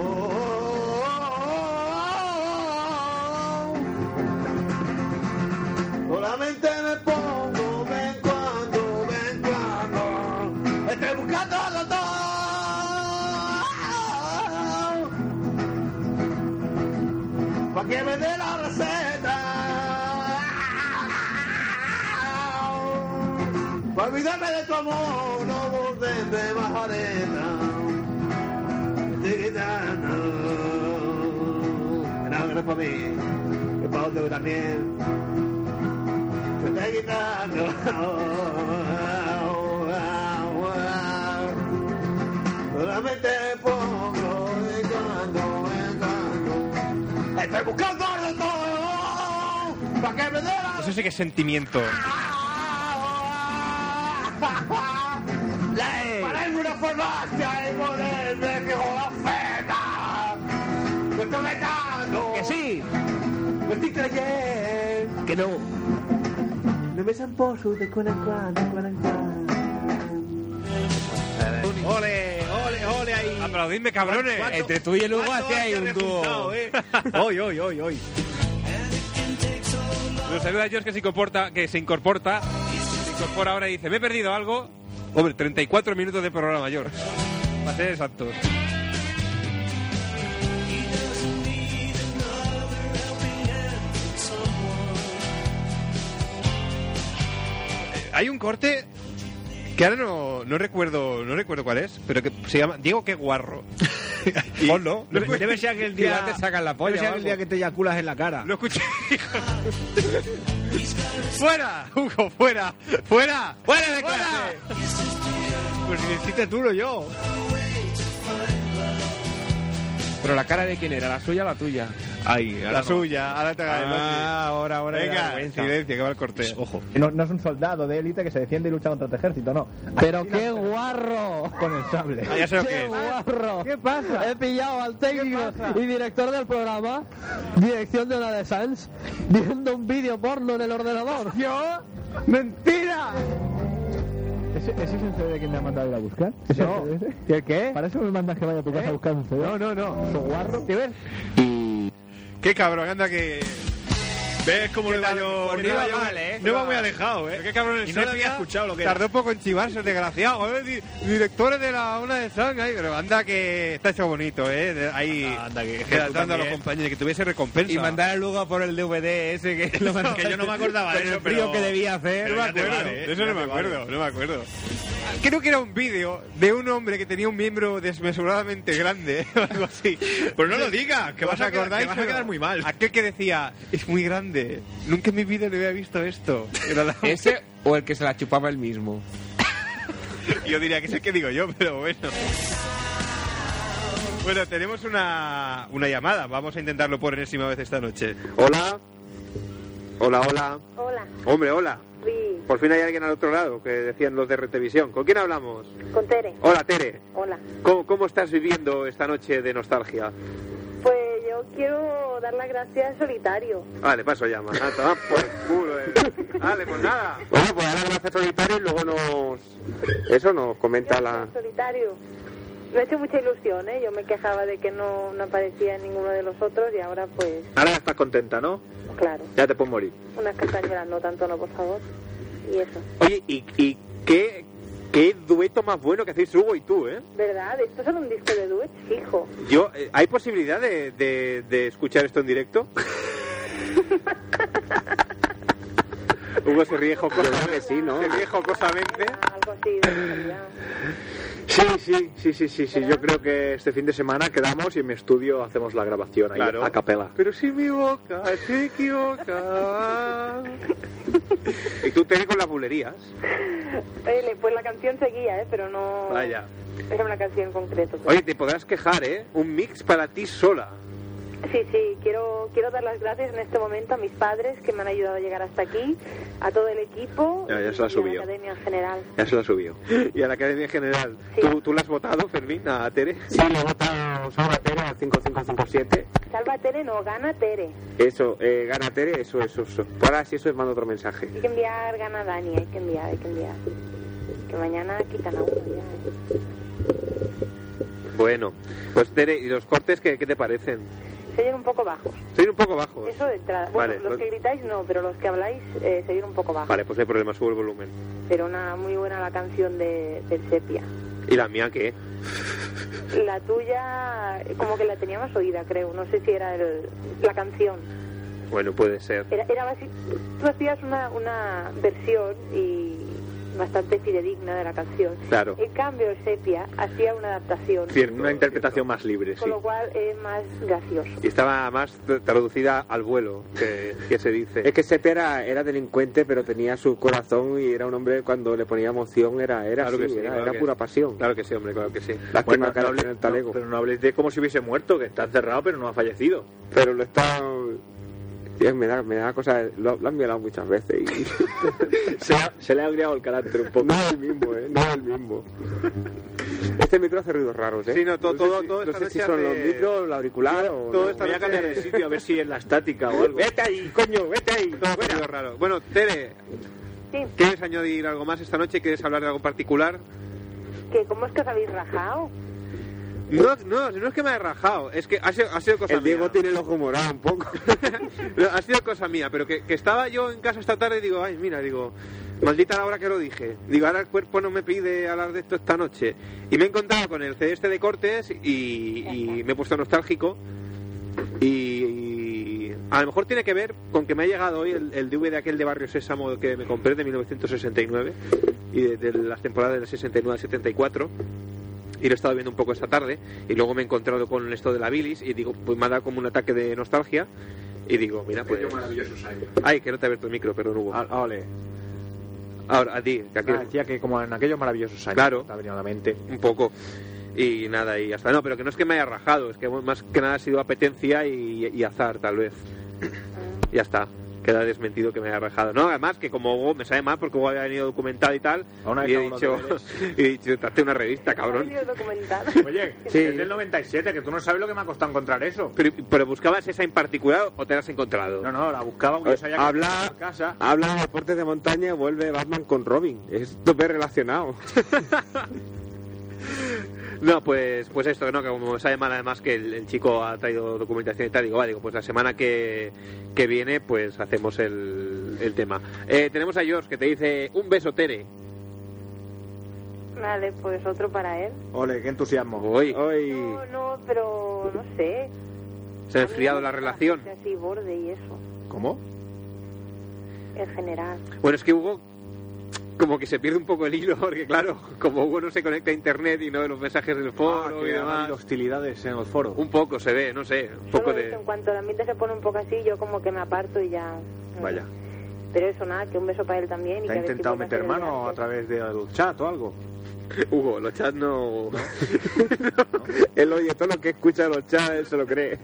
Solamente me pongo, ven cuando, ven cuando. Estoy buscando a los dos. Pa' que me dé la receta. Pa' olvidarme de tu amor, no volverme de arena. Estoy quitando. No, que no es para mí. Es para otro también. Me está quitando. Solamente pongo de cuando en cuando. Estoy buscando de todo para que me dé la Eso sí que es sentimiento. Pararme una farmacia y ponerme que con la feta. Me estoy metiendo. Que sí. Me estoy creyendo. Que no. No me zamposo de cuando en cuando, de cuando en cuando. Ole, ole, ole ahí. Aplaudidme, cabrones. ¿Cuánto- Entre tú y el Hugo cuánto hacía ahí arte un dúo. resultado, eh? Hoy, hoy, hoy, hoy. Nos saluda George que se comporta, que se incorpora, se incorpora ahora y dice, me he perdido algo. Hombre, 34 minutos de programa, George. Para ser exactos. Eh, Hay un corte que ahora no, no recuerdo no recuerdo cuál es, pero que se llama Diego que guarro. Y- Ponlo. Debe- debe ser aquel día- Igual te sacan la polla debe ser o aquel algo. día que te eyaculas en la cara. Lo escuché. ¡Fuera! Hugo, fuera. ¡Fuera! ¡Fuera de clase! Pues si lo hiciste tú, no yo. Pero la cara de quién era, la suya o la tuya. Ay, La suya, ahora te haga el Ah, otro. ahora, ahora me da Venga, vergüenza. silencio, que va el corte. Ojo. No, no es un soldado de élite que se defiende y lucha contra el ejército, no. Pero qué guarro. Con el sable. Ah, ya sé lo que ¡Qué es. guarro! ¿Qué pasa? He pillado al técnico y director del programa, dirección de la de Sanz, viendo un vídeo porno en el ordenador. ¿Yo? ¡Mentira! ¿Ese, ese es el CD que me ha mandado a ir a buscar? No. ¿Qué, ¿Qué? Para eso me mandas que vaya a tu casa a buscar un CD. No, no, no. guarro? ¿Qué ves? Qué cabrón, anda que. ¿Ves cómo le yo? Porque no iba mal, ¿eh? No iba muy alejado, ¿eh? Qué cabrón, el Y no Sepia había escuchado lo que era. Tardó poco en chivarse, el desgraciado. ¿eh? Di- Directores de la una de sangre, ahí, pero anda que está hecho bonito, ¿eh? De- Ahí. Anda, que. Tratando a los compañeros, que tuviese recompensa. Y mandar al Lugo por el DVD ese que, lo mandaste. Que yo no me acordaba de Con eso, el frío pero- que debía hacer. No me acuerdo, de eso no me acuerdo, no me acuerdo. Creo que era un vídeo de un hombre que tenía un miembro desmesuradamente grande o algo así. Pues no lo digas, que ¿Os vas a quedar- acordáis? que vas a quedar muy mal. Aquel que decía, es muy grande, nunca en mi vida le había visto esto. Era la- ¿Ese o el que se la chupaba él mismo? Yo diría que sé qué digo yo, pero bueno. Bueno, tenemos una, una llamada. Vamos a intentarlo por enésima vez esta noche. Hola. Hola, hola. Hola, Hombre, hola. sí, Por fin hay alguien al otro lado que decían los de Retevisión. ¿Con quién hablamos? con Tere. Hola, Tere. Hola. ¿Cómo, cómo estás viviendo esta noche de nostalgia? Pues yo quiero dar las gracias a solitario. Vale, paso ya, man. Ah, toma por el culo, eh. Vale, pues nada. Bueno, pues ahora lo hace solitario y luego nos... Eso nos comenta la... Solitario. Me ha hecho mucha ilusión, ¿eh? Yo me quejaba de que no, no aparecía ninguno de los otros y ahora pues, Ahora estás contenta, ¿no? claro, Ya te puedes morir. unas castañuelas no tanto, no, por favor. Y eso. Oye, ¿y, y qué, Qué dueto más bueno que hacéis Hugo y tú, ¿eh? ¿Verdad? Esto es un disco de duets fijo. Yo, eh, ¿Hay posibilidad de, de- de escuchar esto en directo? Hugo se ríe jocosamente. Sí, ¿no? Se ríe jocosamente. Algo así de Sí, sí, sí, sí, sí, sí. Yo creo que este fin de semana quedamos y en mi estudio hacemos la grabación ahí, Claro. a capela. Pero si mi boca se equivoca. y tú te ves con las bulerías. Eh, Pues la canción seguía, ¿eh? Pero no... Vaya. Era una canción concreta. Oye, te podrás quejar, ¿eh? Un mix para ti sola. Sí, sí, quiero, quiero dar las gracias en este momento a mis padres que me han ayudado a llegar hasta aquí, a todo el equipo Ya, ya se y la a subió. la academia en general. Ya se la subió. Y a la Academia General. ¿Tú, ¿Tú la has votado, Fermín, a Tere? Sí, lo he votado Salva Tere al 5557. Salva a Tere, no, gana Tere. Eso, eh, gana Tere, eso, eso, eso. Ahora si eso es mando otro mensaje. Hay que enviar, gana Dani, hay que enviar, hay que enviar. Que mañana quitan a uno ya. eh. Bueno, pues Tere, ¿y los cortes qué, qué te parecen? Se oyen un poco bajos. Estoy un poco bajo. ¿eh? Eso de entrada. Bueno, Vale, los pues- que gritáis no, pero los que habláis eh, se oyen un poco bajos. Vale, pues no hay problema, subo el volumen. Pero una muy buena la canción de, del Sepia. ¿Y la mía qué? La tuya, eh, como que la tenía más oída, creo. No sé si era el- la canción. Bueno, puede ser. Era, era basi- tú hacías una, una versión y bastante fidedigna de la canción. Claro. En cambio, el Sepia hacía una adaptación, Cierto, una interpretación más libre, con sí. lo cual es más gracioso. Y estaba más t- traducida al vuelo, que, que se dice. Es que Sepe era, era delincuente, pero tenía su corazón y era un hombre cuando le ponía emoción, era, era, Claro así, que sí, era, claro era que pura sí. pasión. Claro que sí, hombre, claro que sí. Lástima Bueno, que no ahora tiene hables, el talego. no, pero no habléis de como si hubiese muerto, que está encerrado pero no ha fallecido. Pero lo está... Dios, me da, me da cosa, lo, lo han violado muchas veces y... se, ha- se le ha agriado el carácter un poco. No es el mismo, ¿eh? No es el mismo. Este micro hace ruidos raros, ¿eh? Sí, no, to- sé todo- si- todo No esta sé si noche son los hace- micros, el auricular o... Todo no. esta noche- sitio a ver si es la estática o algo. Vete ahí, coño, vete ahí. Todo ha sido raro. Bueno, Tere, Sí, ¿quieres añadir algo más esta noche? ¿Quieres hablar de algo particular? que ¿cómo es que os habéis rajado? No, no, no es que me haya rajado, es que ha sido, ha sido cosa El mía. Diego tiene el ojo morado un poco. No, ha sido cosa mía, pero que, que estaba yo en casa esta tarde y digo, ay, mira, digo, maldita la hora que lo dije. Digo, ahora el cuerpo no me pide hablar de esto esta noche. Y me he encontrado con el CD este de cortes y, y me he puesto nostálgico. Y, y a lo mejor tiene que ver con que me ha llegado hoy el, el DVD aquel de Barrio Sésamo que me compré de 1969 y de, de las temporadas del 69 al 74 y lo he estado viendo un poco esta tarde y luego me he encontrado con esto de la bilis y digo pues me ha dado como un ataque de nostalgia y digo mira Este pues ay que no te he abierto el micro perdón Hugo Ah, Ole. ahora a ti que aquí- Ah, decía que como en aquellos maravillosos años Claro. te ha venido a la mente. un poco y nada y hasta no pero que no es que me haya rajado es que más que nada ha sido apetencia y, y azar tal vez ya está queda desmentido que me haya rajado no además que como Hugo me sabe mal porque Hugo había venido documentado y tal Aún hay y he que dicho aún no y he dicho "Hazte una revista cabrón documentado. Oye, Sí. es del 97, que tú no sabes lo que me ha costado encontrar eso. Pero, pero buscabas esa en particular o te la has encontrado? No, no, la buscaba Eh, porque yo sabía que Habla- en casa. Habla de deportes de montaña y vuelve Batman con Robin. Es tope relacionado. No, pues, pues esto, ¿no? Que como sabe mal además que el, el chico ha traído documentación y tal, digo, vale, digo, pues la semana que, que viene, pues hacemos el, el tema. Eh, tenemos a George que te dice, un beso, Tere. Vale, pues otro para él. Ole, qué entusiasmo. Hoy No, no, pero no sé. se ha enfriado la relación. Así, borde y eso, ¿Cómo? en general. Bueno, es que Hugo como que se pierde un poco el hilo, porque claro, como Hugo no se conecta a internet y no de los mensajes Ah, del Oh, foro y que ha demás, habido hostilidades en el foro. un poco se ve, no sé, un poco Solo eso, de... En cuanto el ambiente se pone un poco así, yo como que me aparto y ya. Uh, mm. Vaya. Pero eso, nada, que un beso para él también. Y ¿Te ha que a ver si intentado vuelve a meter hacer el mano a través del chat o algo? Hugo, los chats no... Él oye todo lo que escucha de los chats, él se lo cree.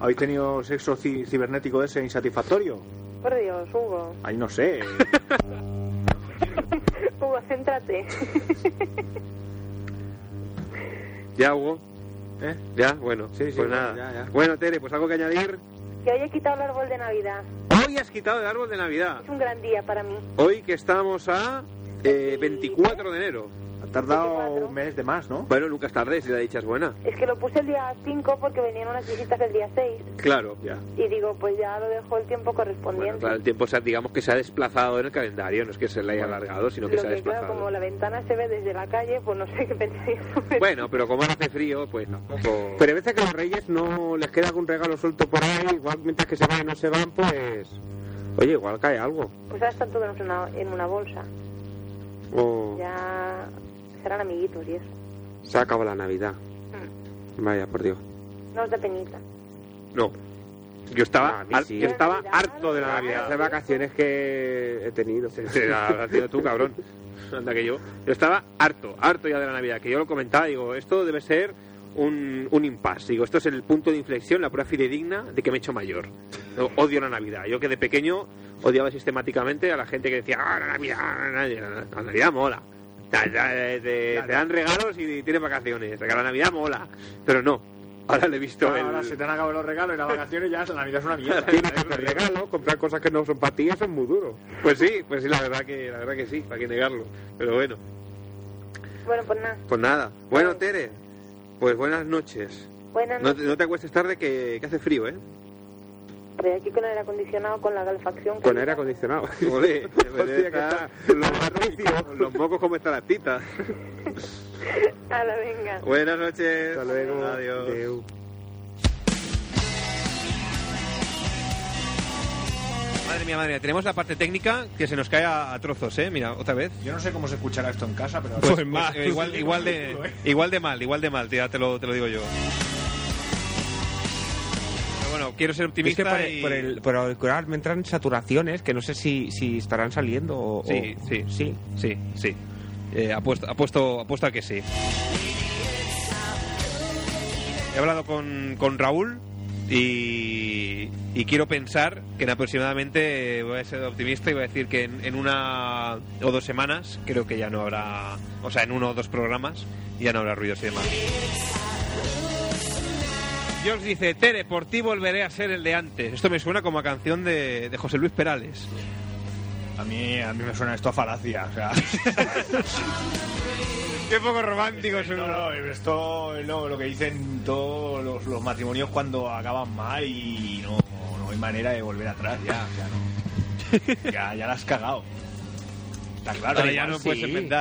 ¿Habéis tenido sexo ci- cibernético ese insatisfactorio? viaje. Por Dios, Hugo. Ahí no sé. Hugo, céntrate. ¿Ya, Hugo? ¿Eh? ¿Ya? Bueno, Sí, sí, pues bueno, nada. ya, ya. Bueno, Tere, pues algo que añadir. que hoy he quitado el árbol de Navidad. Hoy has quitado el árbol de Navidad. Es un gran día para mí. Hoy que estamos a eh, 24 de enero. Ha tardado un mes de más, ¿no? Bueno, nunca es tarde, si la dicha es buena. Es que lo puse el día 5 porque venían unas visitas el día 6 Claro, ya. y digo, pues ya lo dejo el tiempo correspondiente. Bueno, claro, el tiempo, o sea, digamos que se ha desplazado en el calendario, no es que se le haya alargado, sino Lo que se ha que claro, desplazado. como la ventana se ve desde la calle, pues no sé qué pensaría. Bueno, pero como ahora hace frío, pues tampoco... Pero a veces que a los reyes no les queda algún regalo suelto por ahí, igual mientras que se van y no se van, pues... Oye, igual cae algo. Pues ahora están todos en una, en una bolsa. O Ya serán amiguitos y eso. Mm. se acaba la Navidad. Vaya, por Dios. No os da penita. No. Yo estaba, mí har- sí. yo estaba harto de la Navidad. Las vacaciones que he tenido. Sí, la la has tenido tú, cabrón. Anda que yo. Yo estaba harto, harto ya de la Navidad, que yo lo comentaba, digo, esto debe ser un, un impasse. Digo, esto es el punto de inflexión, la prueba fidedigna de que me he hecho mayor. Yo odio la Navidad. Yo que de pequeño odiaba sistemáticamente a la gente que decía, ah, la Navidad, la Navidad, la Navidad mola. Te, te- te- te dan regalos y tienes vacaciones. Que la Navidad mola. Pero no. Ahora le he visto el... Ahora se te han acabado los regalos y las vacaciones ya la Navidad es una mierda. Tienes que hacer regalo, comprar cosas que no son para ti, eso es muy duro. Pues sí, pues sí, la verdad que, la verdad que sí, para qué negarlo. Pero bueno, Bueno, pues nada. pues nada. Bueno, Tere, pues buenas noches. Buenas No te, noches. no te acuestes tarde que, que hace frío, ¿eh? Pero aquí con el aire acondicionado, con la calefacción. Con aire acondicionado. Joder, Hostia, que está- está- los, los mocos como están las titas. A la venga. Buenas noches. Hasta luego. Adiós. Madre mía, madre mía, tenemos la parte técnica que se nos cae a, a trozos, ¿eh? Mira, otra vez. Yo no sé cómo se escuchará esto en casa, pero... Pues, pues, eh, igual, igual, de, igual de mal, igual de mal, ya te lo, te lo digo yo. Pero bueno, quiero ser Es optimista que por el, y... por el, por el auricular me entran saturaciones que no sé si, si estarán saliendo o... Sí, o- sí, sí, sí, sí. Eh, apuesto, apuesto, apuesto a que sí. He hablado con, con Raúl y, y quiero pensar que en aproximadamente, eh, voy a ser optimista y voy a decir que en, en una o dos semanas creo que ya no habrá, o sea, en uno o dos programas ya no habrá ruidos y demás. George dice, Tere, por ti volveré a ser el de antes. Esto me suena como a canción de, de José Luis Perales. A mí, a mí me suena esto a falacia, o sea... Qué poco romántico es No, no, esto es lo, lo que dicen todos los, los matrimonios cuando acaban mal y no, no hay manera de volver atrás ya, o sea, no. Ya, ya la has cagado. Está claro, Pero igual igual sí. sí.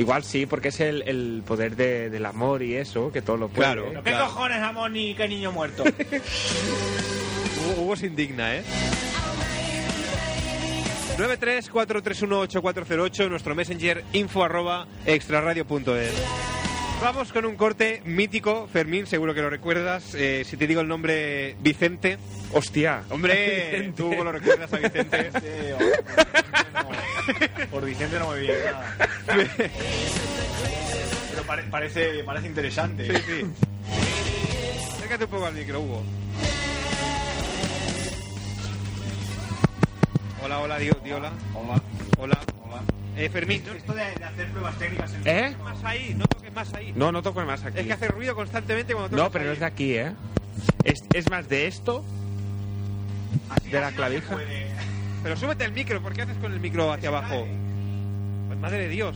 Igual sí, porque es el, el poder de- del amor y eso, que todo lo puede. Pero ¿Qué cojones, amor, ni qué niño muerto? Hugo, Hugo se indigna, ¿eh? 934318408, nuestro messenger info arroba extraradio.es. Vamos con un corte mítico, Fermín, seguro que lo recuerdas. eh, si te digo el nombre Vicente. Hostia. Hombre, tú Hugo, lo recuerdas a Vicente. Por este, Vicente no me viene nada. Pero pare- parece, parece interesante. Sí, sí. Acércate un poco al micro, Hugo. Hola, hola, di, di hola. Hola. Hola. Eh, Fermín, no- Esto de, de hacer pruebas técnicas en ¿Eh? más ahí, no toques más ahí. No, no toco más aquí. Es que hace ruido constantemente cuando tocas No, pero no ahí. es de aquí, ¿eh? Es, es más de esto, de la clavija. Pero súbete el micro, ¿por qué haces con el micro hacia abajo? Pues madre de Dios.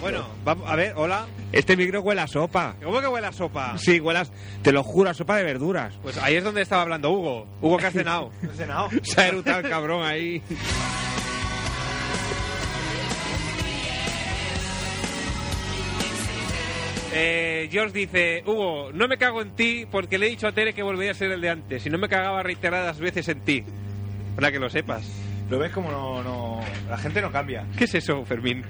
Bueno, va- a ver, hola. Este micro huele a sopa. ¿Cómo que huele a sopa? Sí, huele a... Te lo juro, a sopa de verduras. Pues ahí es donde estaba hablando Hugo. Hugo, que has cenado? Se ha eructado el cabrón ahí. Eh, George dice, Hugo, no me cago en ti porque le he dicho a Tere que volvería a ser el de antes y no me cagaba reiteradas veces en ti. Para que lo sepas. Lo ves como no, no. La gente no cambia. ¿Qué es eso, Fermín?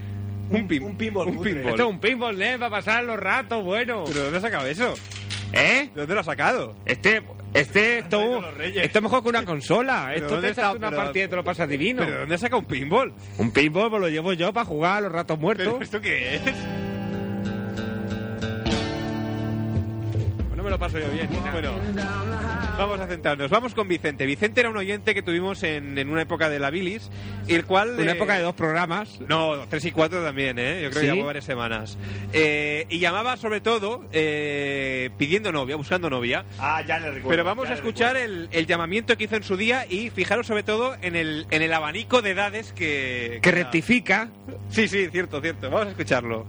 Un, pin, un pinball. Un pinball. Esto es un pinball, ¿eh? Para pasar los ratos, bueno. ¿Pero dónde has sacado eso? ¿Eh? ¿De dónde lo has sacado? Este... Este, esto, esto es mejor que una consola. ¿Pero Esto dónde te está? está una Pero- partida y te lo pasas divino. ¿Pero dónde has sacado un pinball? Un pinball pues, lo llevo yo para jugar a los ratos muertos. ¿Pero esto qué es? Bueno, Pues me lo paso yo bien. Bueno, vamos a centrarnos. Vamos con Vicente. Vicente era un oyente que tuvimos en, en una época de la bilis, y el cual... Una eh, época de dos programas. No, tres y cuatro también, ¿eh? Yo creo ¿Sí? que llamó varias semanas. Eh, y llamaba sobre todo eh, pidiendo novia, buscando novia. Ah, ya le recuerdo. Pero vamos a ya le escuchar el, el llamamiento que hizo en su día y fijaros sobre todo en el, en el abanico de edades que... Que rectifica. Sí, sí, cierto, cierto. Vamos a escucharlo.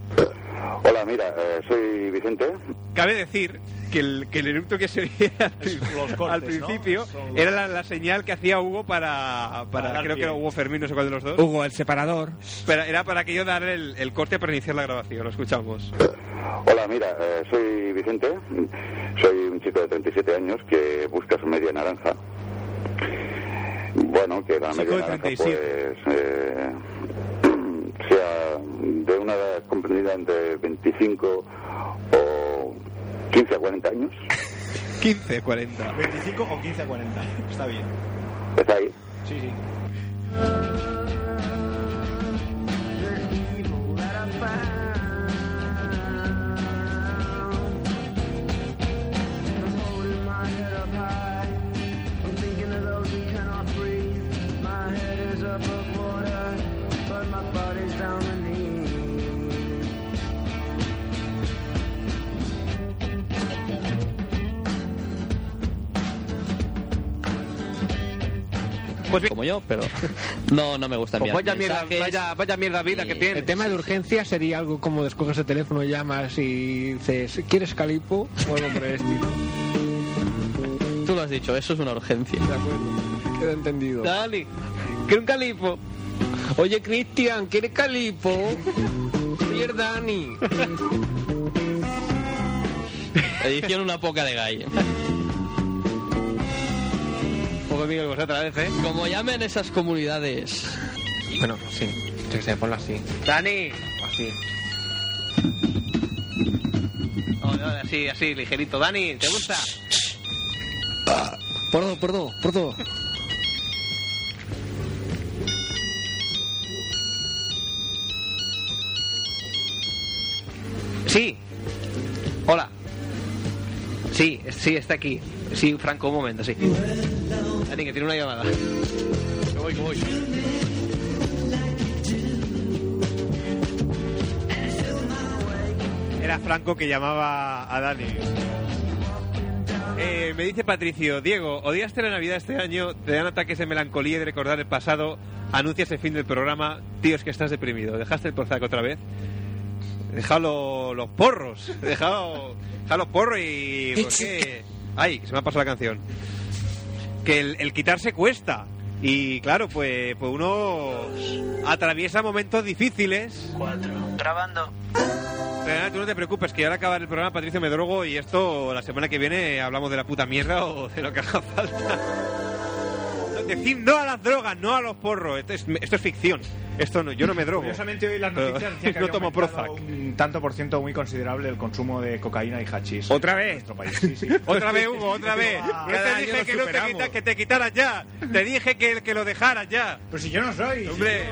Hola, mira, eh, soy Vicente. Cabe decir que el, que el eructo que se oía al, prin- al principio era la, la señal que hacía Hugo para... para, creo que era Hugo Fermín, no sé cuál de los dos. Hugo, el separador. Pero era para que yo darle el, el corte para iniciar la grabación. Lo escuchamos. Hola, mira, eh, soy Vicente. Soy un chico de 37 años que busca su media naranja. Bueno, que la media naranja pues eh, sea de una edad comprendida entre 25 o 15 a 40 años. 15, 40. 25 o 15 a 40. Está bien. Está ahí. Sí, sí. Como yo, pero. No, no me gusta Pues enviar vaya mierda- mensajes. vaya- vida que El tema de urgencia sería algo como descoges el teléfono, llamas y dices, ¿quieres calipo? O algo por el este. estilo. Tú lo has dicho, eso es una urgencia. De acuerdo. Queda entendido. Dale, quiero un calipo. Oye, Cristian, ¿quieres calipo? Oye, Dani. Edición una poca de gallo. Poco Miguel otra vez, ¿eh? Como llamen esas comunidades. Bueno, sí. Yo que sé, ponlo así. Dani. Así. así, así, ligerito. Dani, ¿te gusta? Perdón, perdón, perdón. Sí. Hola. Sí, sí, está aquí. Sí, Franco, un momento, sí. Dani, que tiene una llamada. Que voy, que voy. Era Franco que llamaba a Dani. Eh, me dice Patricio, Diego, ¿odiaste la Navidad este año? ¿Te dan ataques de melancolía y de recordar el pasado? ¿Anuncias el fin del programa? Tío, es que estás deprimido. ¿Dejaste el porzaco otra vez? Dejalo los porros. Dejalo, dejalo los porros y... ¿por qué? Ay, se me ha pasado la canción. Que el, el quitarse cuesta. Y claro, pues, pues uno atraviesa momentos difíciles. Cuatro. Grabando. Pero, tú no te preocupes, que ahora acabar el programa, Patricio, me drogo y esto, la semana que viene, hablamos de la puta mierda o de lo que haga falta. Decid no a las drogas, no a los porros. Esto es, esto es ficción. Esto no, yo no me drogo. Curiosamente hoy las Pero- noticias decían que no había tomo aumentado Prozac. Un tanto por ciento muy considerable el consumo de cocaína y hachís. ¿Otra En vez? nuestro país. Sí, sí. Otra vez, Hugo, otra vez. Ah, Yo cada te año dije nos que, no te superamos. quita- que te quitaras ya. Te dije que, que lo dejaras ya. Pero si yo no soy. Hombre.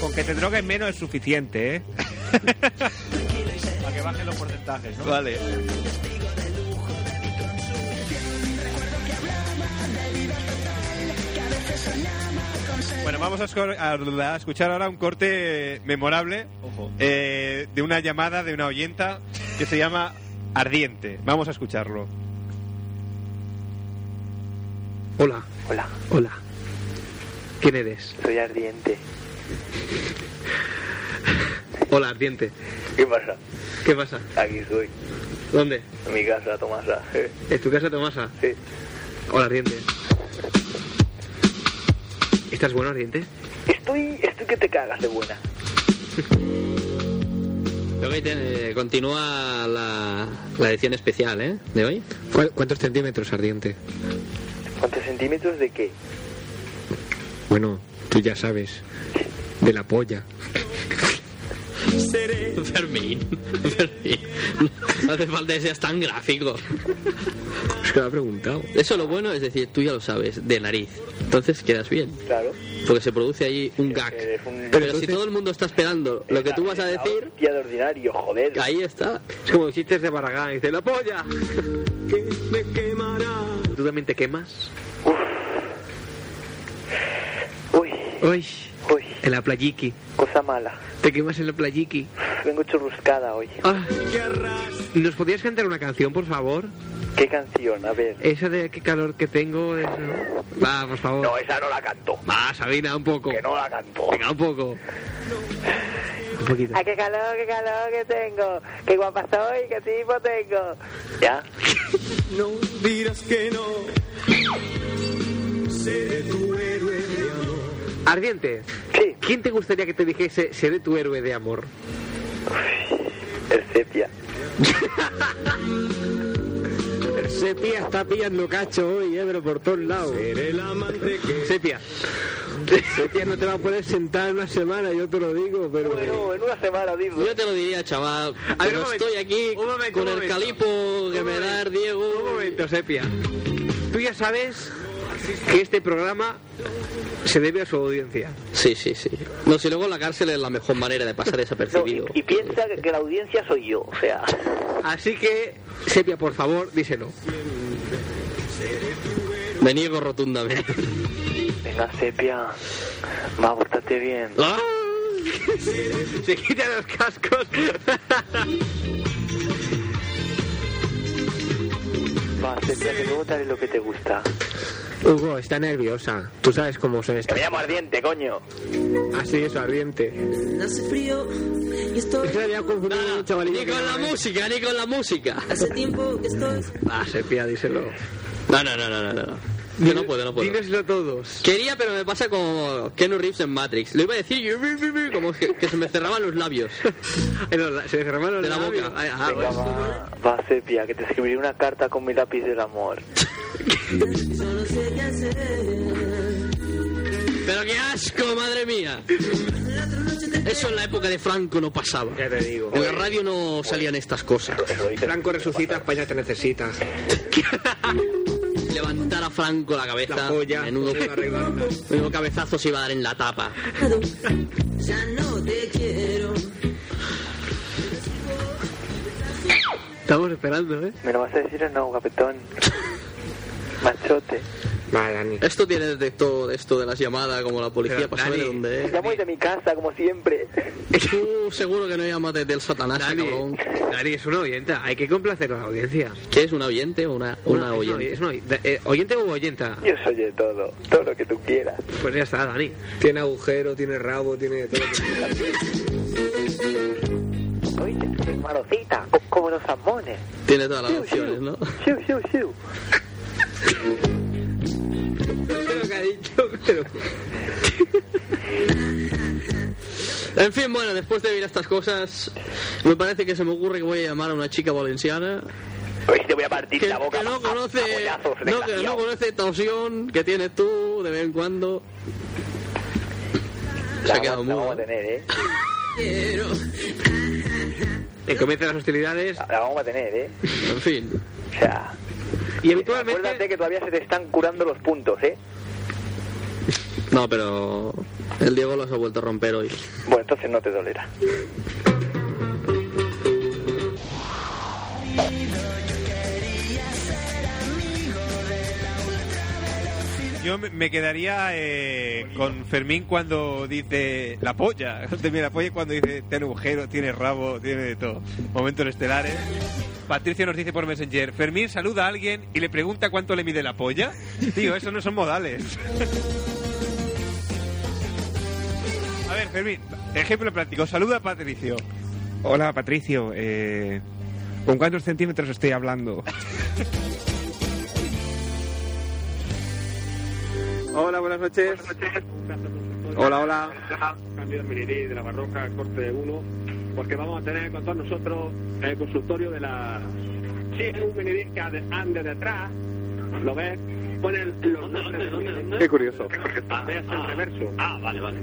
Con que te drogues menos es suficiente, ¿eh? Para que bajen los porcentajes, ¿no? Vale. Bueno, vamos a, esco- a- a escuchar ahora un corte memorable eh, de una llamada de una oyenta que se llama Ardiente. Vamos a escucharlo. Hola. Hola. Hola. ¿Quién eres? Soy ardiente. Hola, ardiente. ¿Qué pasa? ¿Qué pasa? Aquí estoy, ¿Dónde? en mi casa, Tomasa. ¿Es tu casa, Tomasa? Sí. Hola, ardiente. ¿Estás bueno, ardiente? Estoy, estoy que te cagas de buena. Lo que tiene, continúa la, la edición especial, ¿eh? De hoy. ¿Cuántos centímetros, ardiente? ¿Cuántos centímetros de qué? Bueno, tú ya sabes. De la polla. Seré. Fermín. Fermín. No hace falta que seas tan gráfico. Es que lo ha preguntado. Eso lo bueno es decir, tú ya lo sabes, de nariz. Entonces quedas bien. Claro. Porque se produce ahí un gag. Pero, si todo el mundo está esperando lo que tú vas a decir, Tía de ordinario, joder. ahí está. Es como los chistes de Barragán. Dice, la polla. Que me quemará. ¿Tú también te quemas? Uy. Uy. En la playiqui. Cosa mala. Te quemas en la playiqui. Vengo churruscada hoy. Ah. ¿Nos podías cantar una canción, por favor? ¿Qué canción? A ver. Esa de qué calor que tengo. es- Va, por favor. No, esa no la canto. Va, Sabina, un poco. Que no la canto. Venga, un poco. Un poquito. Ay, Ah, qué calor, qué calor que tengo. Qué guapa soy, qué tipo tengo. ¿Ya? No dirás que no. Seré tu héroe de amor. Ardiente. ¿Quién te gustaría que te dijese seré tu héroe de amor? El sepia. Sepia está pillando cacho hoy, eh, pero por todos lados. Sepia. Sepia no te va a poder sentar en una semana, yo te lo digo, pero... en una semana, digo. Yo te lo diría, chaval. A ver, pero un momento, estoy aquí con el momento. calipo que me da Diego. Un momento, Sepia. Tú ya sabes que este programa se debe a su audiencia. Sí, sí, sí. No, si luego la cárcel es la mejor manera de pasar desapercibido. Y piensa que, que la audiencia soy yo, o sea. Así que, Sepia, por favor, díselo. Me niego rotundamente. Venga, sepia. Va, pórtate bien. Se quita los cascos. Va, sepia, que luego te haré lo que te gusta. Hugo, está nerviosa. Tú sabes cómo son Que estas. me llamo ardiente, coño. Así es, ardiente. Hace frío y estoy. Ni con la música, ni con la música. Hace tiempo que estoy. Ah, Sepia, díselo. No, no, no, no, no. no. Yo no puedo, no puedo. Dínoslo todos. Quería, pero me pasa como Keanu Reeves en Matrix. Lo iba a decir yo, como que, que se me cerraban los labios. se me cerraban los de la labios. boca. Ah, ah, Venga, pues. va, va, sepia, que te escribiré una carta con mi lápiz del amor. Solo sé qué hacer. Pero qué asco, madre mía. Eso en la época de Franco no pasaba. Ya te digo. En la radio no salían estas cosas. Franco resucita, España te necesita. Levantar a Franco la cabeza. La polla. menudo, menudo cabezazo se iba a dar en la tapa. Ya no te quiero. Estamos esperando, ¿eh? ¿Me lo vas a decir o no, capitán? Machote. Vale, Dani. Esto tiene detector, esto de las llamadas como la policía Pero, para saber Dani, dónde es. Llamo desde mi casa, como siempre. Tú seguro que no llamas desde el satanás, cabrón. Dani, es una oyenta. Hay que complacer a la audiencia. ¿Qué es, una oyente o una, No, una es oyente? es una oy- da- eh, ¿Oyente o oyenta? Yo soy de todo, todo lo que tú quieras. Pues ya está, Dani. Tiene agujero, tiene rabo, tiene todo. Marocita, co- como los salmones. Tiene todas las opciones, ¿no? Siu, siu, siu. En fin, bueno, después de ver estas cosas, me parece que se me ocurre que voy a llamar a una chica valenciana Hoy te voy a partir que, la boca. que no a- a- conoce, a bollazos, no, que no desgraciado. conoce esta opción que tienes tú de vez en cuando. Se La ha quedado vamos- la mudo. vamos a tener, ¿eh? Eh, comienzan las hostilidades. La vamos a tener, ¿eh? En fin. O sea... Y habitualmente... Acuérdate que todavía se te están curando los puntos, ¿eh? No, pero el Diego los ha vuelto a romper hoy. Bueno, entonces no te dolerá. Yo me- me quedaría eh, con Fermín cuando dice la polla. Termina La polla cuando dice tiene agujero, tiene rabo, tiene de todo. Momentos estelares. Patricio nos dice por Messenger, Fermín saluda a alguien y le pregunta cuánto le mide la polla. Tío, eso no son modales. a ver, Fermín, ejemplo práctico. Saluda a Patricio. Hola, Patricio. eh, ¿Con cuántos centímetros estoy hablando? Hola, buenas noches. Hola, hola. Cambio de Mirirí de la Barroca, corte 1, porque vamos a tener con todos nosotros el consultorio de la... Sí, es un Mirirí que ade- ande detrás, ¿lo ves? Pone el... Qué curioso. Ah, es el reverso. Ah, vale, vale.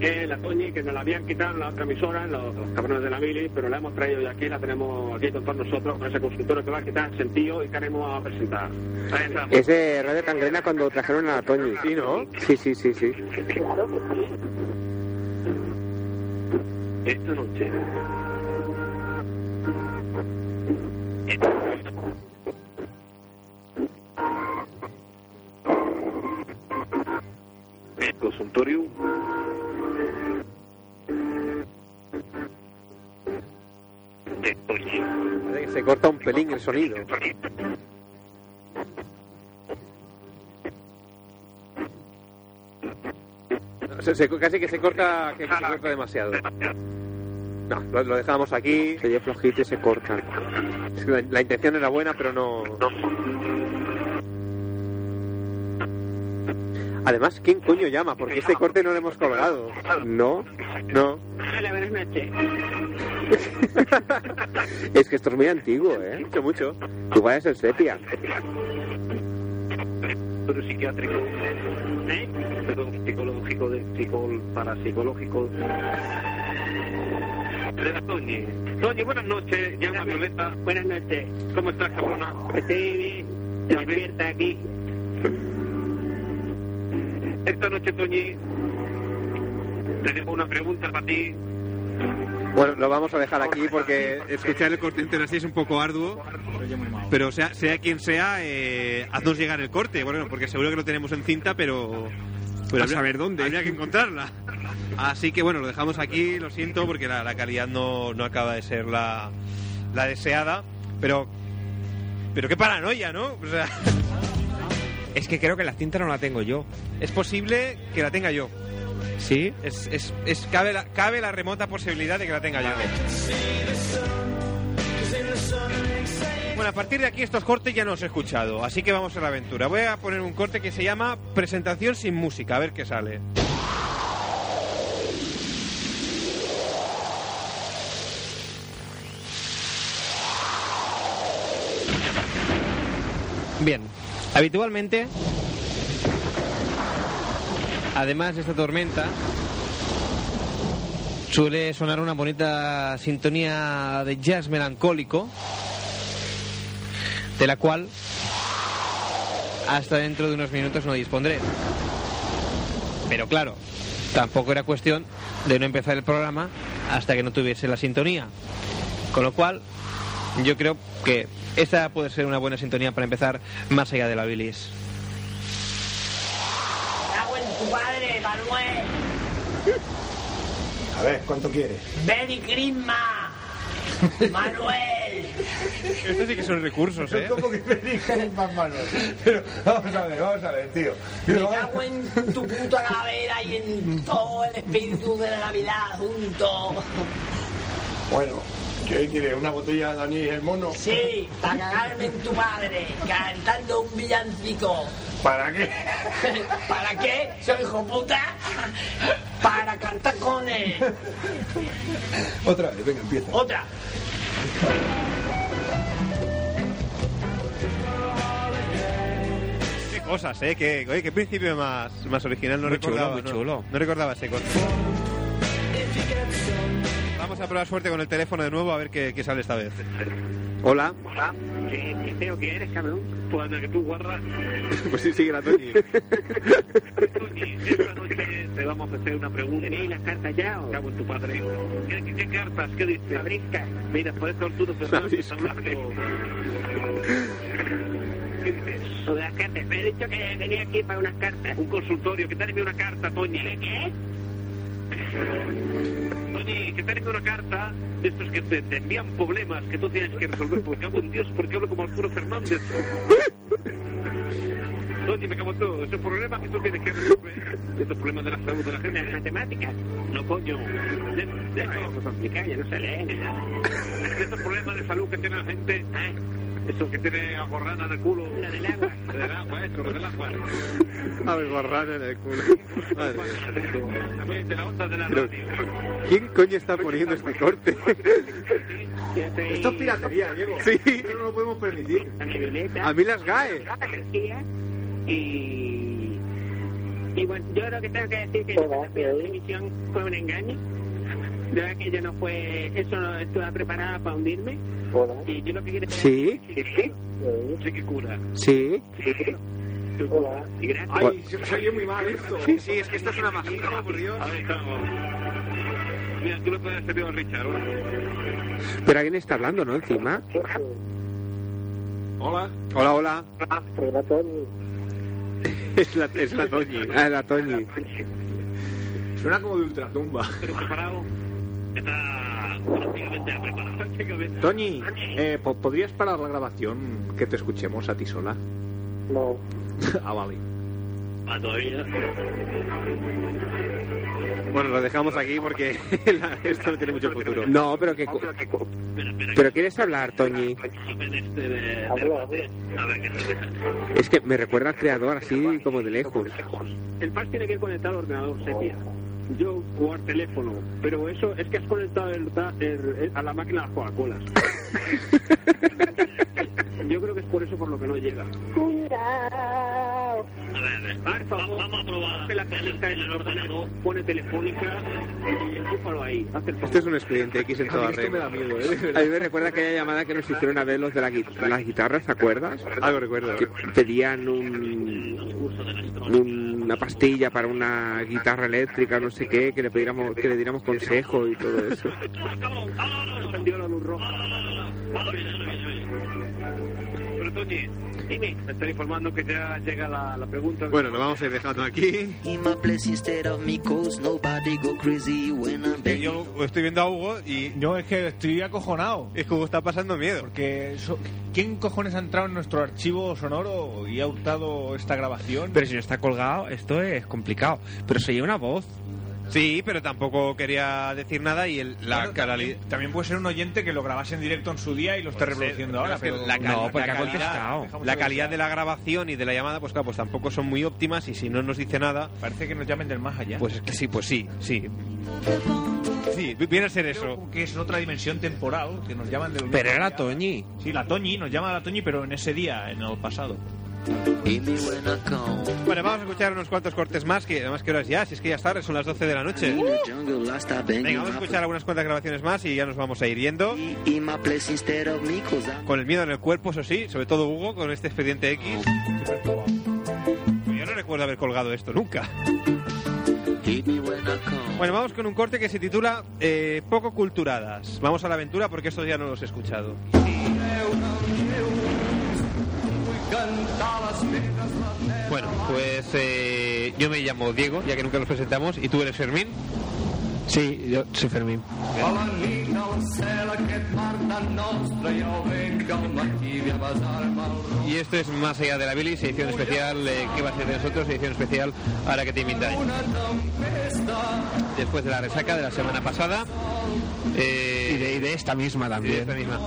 Que la Toñi, que nos la habían quitado en la otra emisora, los, los cabrones de la Mili, pero la hemos traído y aquí la tenemos aquí con todos nosotros, con ese consultorio que va a quitar sentido y que haremos a presentar. Ahí está. Es de Radio Cangrena cuando trajeron a Toñi. Sí, ¿no? Sí, sí, sí, sí. Esta noche. El consultorio. Parece que se corta un pelín el sonido. No, se- se- casi que se corta, que se corta demasiado. No, lo, lo dejamos aquí. Se lleva flojito y se corta. La, la intención era buena, pero no. Además, ¿quién coño llama? Porque este corte no lo hemos colgado. No, no. Hola, buenas noches. Es que esto es muy antiguo, ¿eh? Mucho, mucho. Igual es el sepia. Pero psiquiátrico. ¿Eh? Pero psicológico, de, psicol, parapsicológico. Toñi. Toñi, buenas noches. Llama Violeta. Buenas noches. Pues ¿Cómo estás, cabrona? Estoy bien. Despierta aquí. Esta noche, Toñi, tenemos una pregunta para ti. Bueno, lo vamos a dejar aquí porque escuchar el corte entero así es un poco arduo. Pero sea, sea quien sea, eh, haznos llegar el corte. Bueno, porque seguro que lo tenemos en cinta, pero. A saber dónde. Habría que encontrarla. Así que bueno, lo dejamos aquí, lo siento, porque la, la calidad no, no acaba de ser la, la deseada. Pero. Pero qué paranoia, ¿no? O sea. Es que creo que la cinta no la tengo yo. Es posible que la tenga yo. ¿Sí? Es, es- es- cabe, la, cabe la remota posibilidad de que la tenga yo. Bueno, a partir de aquí estos cortes ya no os he escuchado, así que vamos a la aventura. Voy a poner un corte que se llama Presentación sin música, a ver qué sale. Bien, habitualmente, además de esta tormenta, suele sonar una bonita sintonía de jazz melancólico, de la cual hasta dentro de unos minutos no dispondré. Pero claro, tampoco era cuestión de no empezar el programa hasta que no tuviese la sintonía. Con lo cual, yo creo que esta puede ser una buena sintonía para empezar más allá de la bilis. Cago en tu padre, Manuel. A ver, ¿cuánto quieres? Merry Christmas. Manuel. Esto Este sí que son recursos, ¿eh? ¿Cómo que me dijeron más manos? Pero vamos a ver, vamos a ver, tío. Me cago en tu puta calavera y en todo el espíritu de la Navidad junto. Bueno, ¿qué quiere? ¿Una botella de anís el mono? Sí, para cagarme en tu padre, cantando un villancico. ¿Para qué? ¿Para qué? Soy hijo puta. Para cantar con él. Otra vez, venga, empieza. Otra. Qué cosas, ¿eh? Qué, oye, qué principio más, más original. No Muy chulo, recordaba, muy no- chulo. No, recordaba ese corte. Vamos a probar suerte con el teléfono de nuevo a ver qué, qué sale esta vez. Hola. Hola. ¿Qué, qué feo que eres, cabrón? Pues que tú guardas. Pues sí, sigue la Toñi. Esta noche te vamos a hacer una pregunta. ¿Tenéis las cartas ya o? Cago en tu padre. ¿Qué, qué, qué cartas? ¿Qué dices? La brisca. Mira, por eso Arturo Fernández está hablando. ¿Qué dices? Lo de las cartas. Me he dicho que venía aquí para unas cartas. Un consultorio. ¿Qué tal envió una carta, Toñi? ¿Qué? Toñi, que te han enviado una carta de estos que te, te envían problemas que tú tienes que resolver. Porque cago en Dios, porque hablo como Arturo Fernández. No, si me acabo todo. Esos problemas que tú tienes que resolver. Esos problemas de la salud de la gente. Las matemáticas. No, coño. De eso complicado, ya no se lee ni nada. Esos problemas de salud que tiene la gente. Esos que tiene agorrana en el culo. La del agua. La del agua, eso, la del agua. Alborrana en el culo. Madre. También de la onda de la Pero, radio. ¿Quién coño está poniendo este corte? Esto es piratería, Diego. Sí. No lo podemos permitir. A mí las GAE. Y... y bueno, yo lo que tengo que decir es que la televisión fue un engaño. De verdad que yo no fue... Eso no estaba preparada para hundirme. Y yo lo que quiero Sí. Sí, sí. Sí que cura. Sí. Hola. Gracias. Ay, se, oye muy mal esto. Sí, sí, es que esto es una basura, por Dios. Ahí estamos. Mira, tú lo puedes hacer bien, Richard. ¿no? Pero alguien está hablando, ¿no? Encima. Hola. Hola, hola. Hola, Tony. Es la, es la Toñi. Ah, la Toñi. Suena como de ultratumba. preparado. Está prácticamente preparado. Prácticamente. Toñi, eh, po- ¿podrías parar la grabación que te escuchemos a ti sola? No. ah, vale. Ah, todavía. Bueno, lo dejamos aquí porque la- esto no tiene mucho futuro. No, pero que... cu- ¿Pero quieres hablar, Toñi? Este de, de- A ver, que se deja. Es que me recuerda al creador así como de lejos. El patch tiene que conectar al ordenador, se tira. Yo jugar teléfono, pero eso es que has conectado el, ta- el- el- a la máquina de las Coca-Colas. Yo creo que es por eso por lo que no llega. A ver, vamos a probar. Hazte la tarjeta en el ordenador, pone telefónica y enchúfalo ahí. Haz el Este es un expediente X en toda regla. ¿eh? A mí me recuerda aquella llamada que nos hicieron a ver los de la gui- las guitarras, ¿te acuerdas? Algo recuerdo. Que pedían un, una pastilla para una guitarra eléctrica, no sé qué, que le pidiéramos, que le diéramos consejo y todo eso. Prendió la luz roja. Pero Toñi, dime, me están informando que ya llega la, la pregunta. Bueno, lo vamos a ir dejando aquí. In my place instead of me, cause nobody go crazy when I'm Que yo estoy viendo a Hugo y. No, es que estoy acojonado. Es que Hugo está pasando miedo. Porque, so- ¿quién cojones ha entrado en nuestro archivo sonoro y ha hurtado esta grabación? Pero si no está colgado, esto es complicado. Pero se oye una voz. Sí, pero tampoco quería decir nada y el- la calidad. También puede ser un oyente que lo grabase en directo en su día y lo esté reproduciendo ahora. es que pero- la, pues- cali- la calidad, dejamos la de calidad desear. de la grabación y de la llamada, pues claro, pues tampoco son muy óptimas y si no nos dice nada. Parece que nos llamen del más allá. Pues es que sí, pues sí, sí. Sí, viene a ser eso. Que es otra dimensión temporal que nos llaman del Pero era Toñi. Sí, la Toñi, nos llama la Toñi, pero en ese día, en el pasado. Bueno, vamos a escuchar unos cuantos cortes más, que además que horas ya, si es que ya es tarde, son las 12 de la noche. Venga, vamos a escuchar algunas cuantas grabaciones más y ya nos vamos a ir yendo. Con el miedo en el cuerpo, eso sí, sobre todo Hugo, con este expediente X. Yo no recuerdo haber colgado esto nunca. Bueno, vamos con un corte que se titula eh, Poco culturadas. Vamos a la aventura porque estos ya no los he escuchado. Bueno, pues eh, yo me llamo Diego, ya que nunca nos presentamos, y tú eres Fermín. Sí, yo soy Fermín. Hvala Nina u sela ket Marta Nostra Ja uvek kao Matija Bazar malo Y esto es Más allá de la bilis, edición especial, eh, ¿qué va a ser de nosotros? Edición especial, ahora que te invitáis. Una tempesta Después de la resaca de la semana pasada. eh, Y de, y de esta misma y de también. esta misma.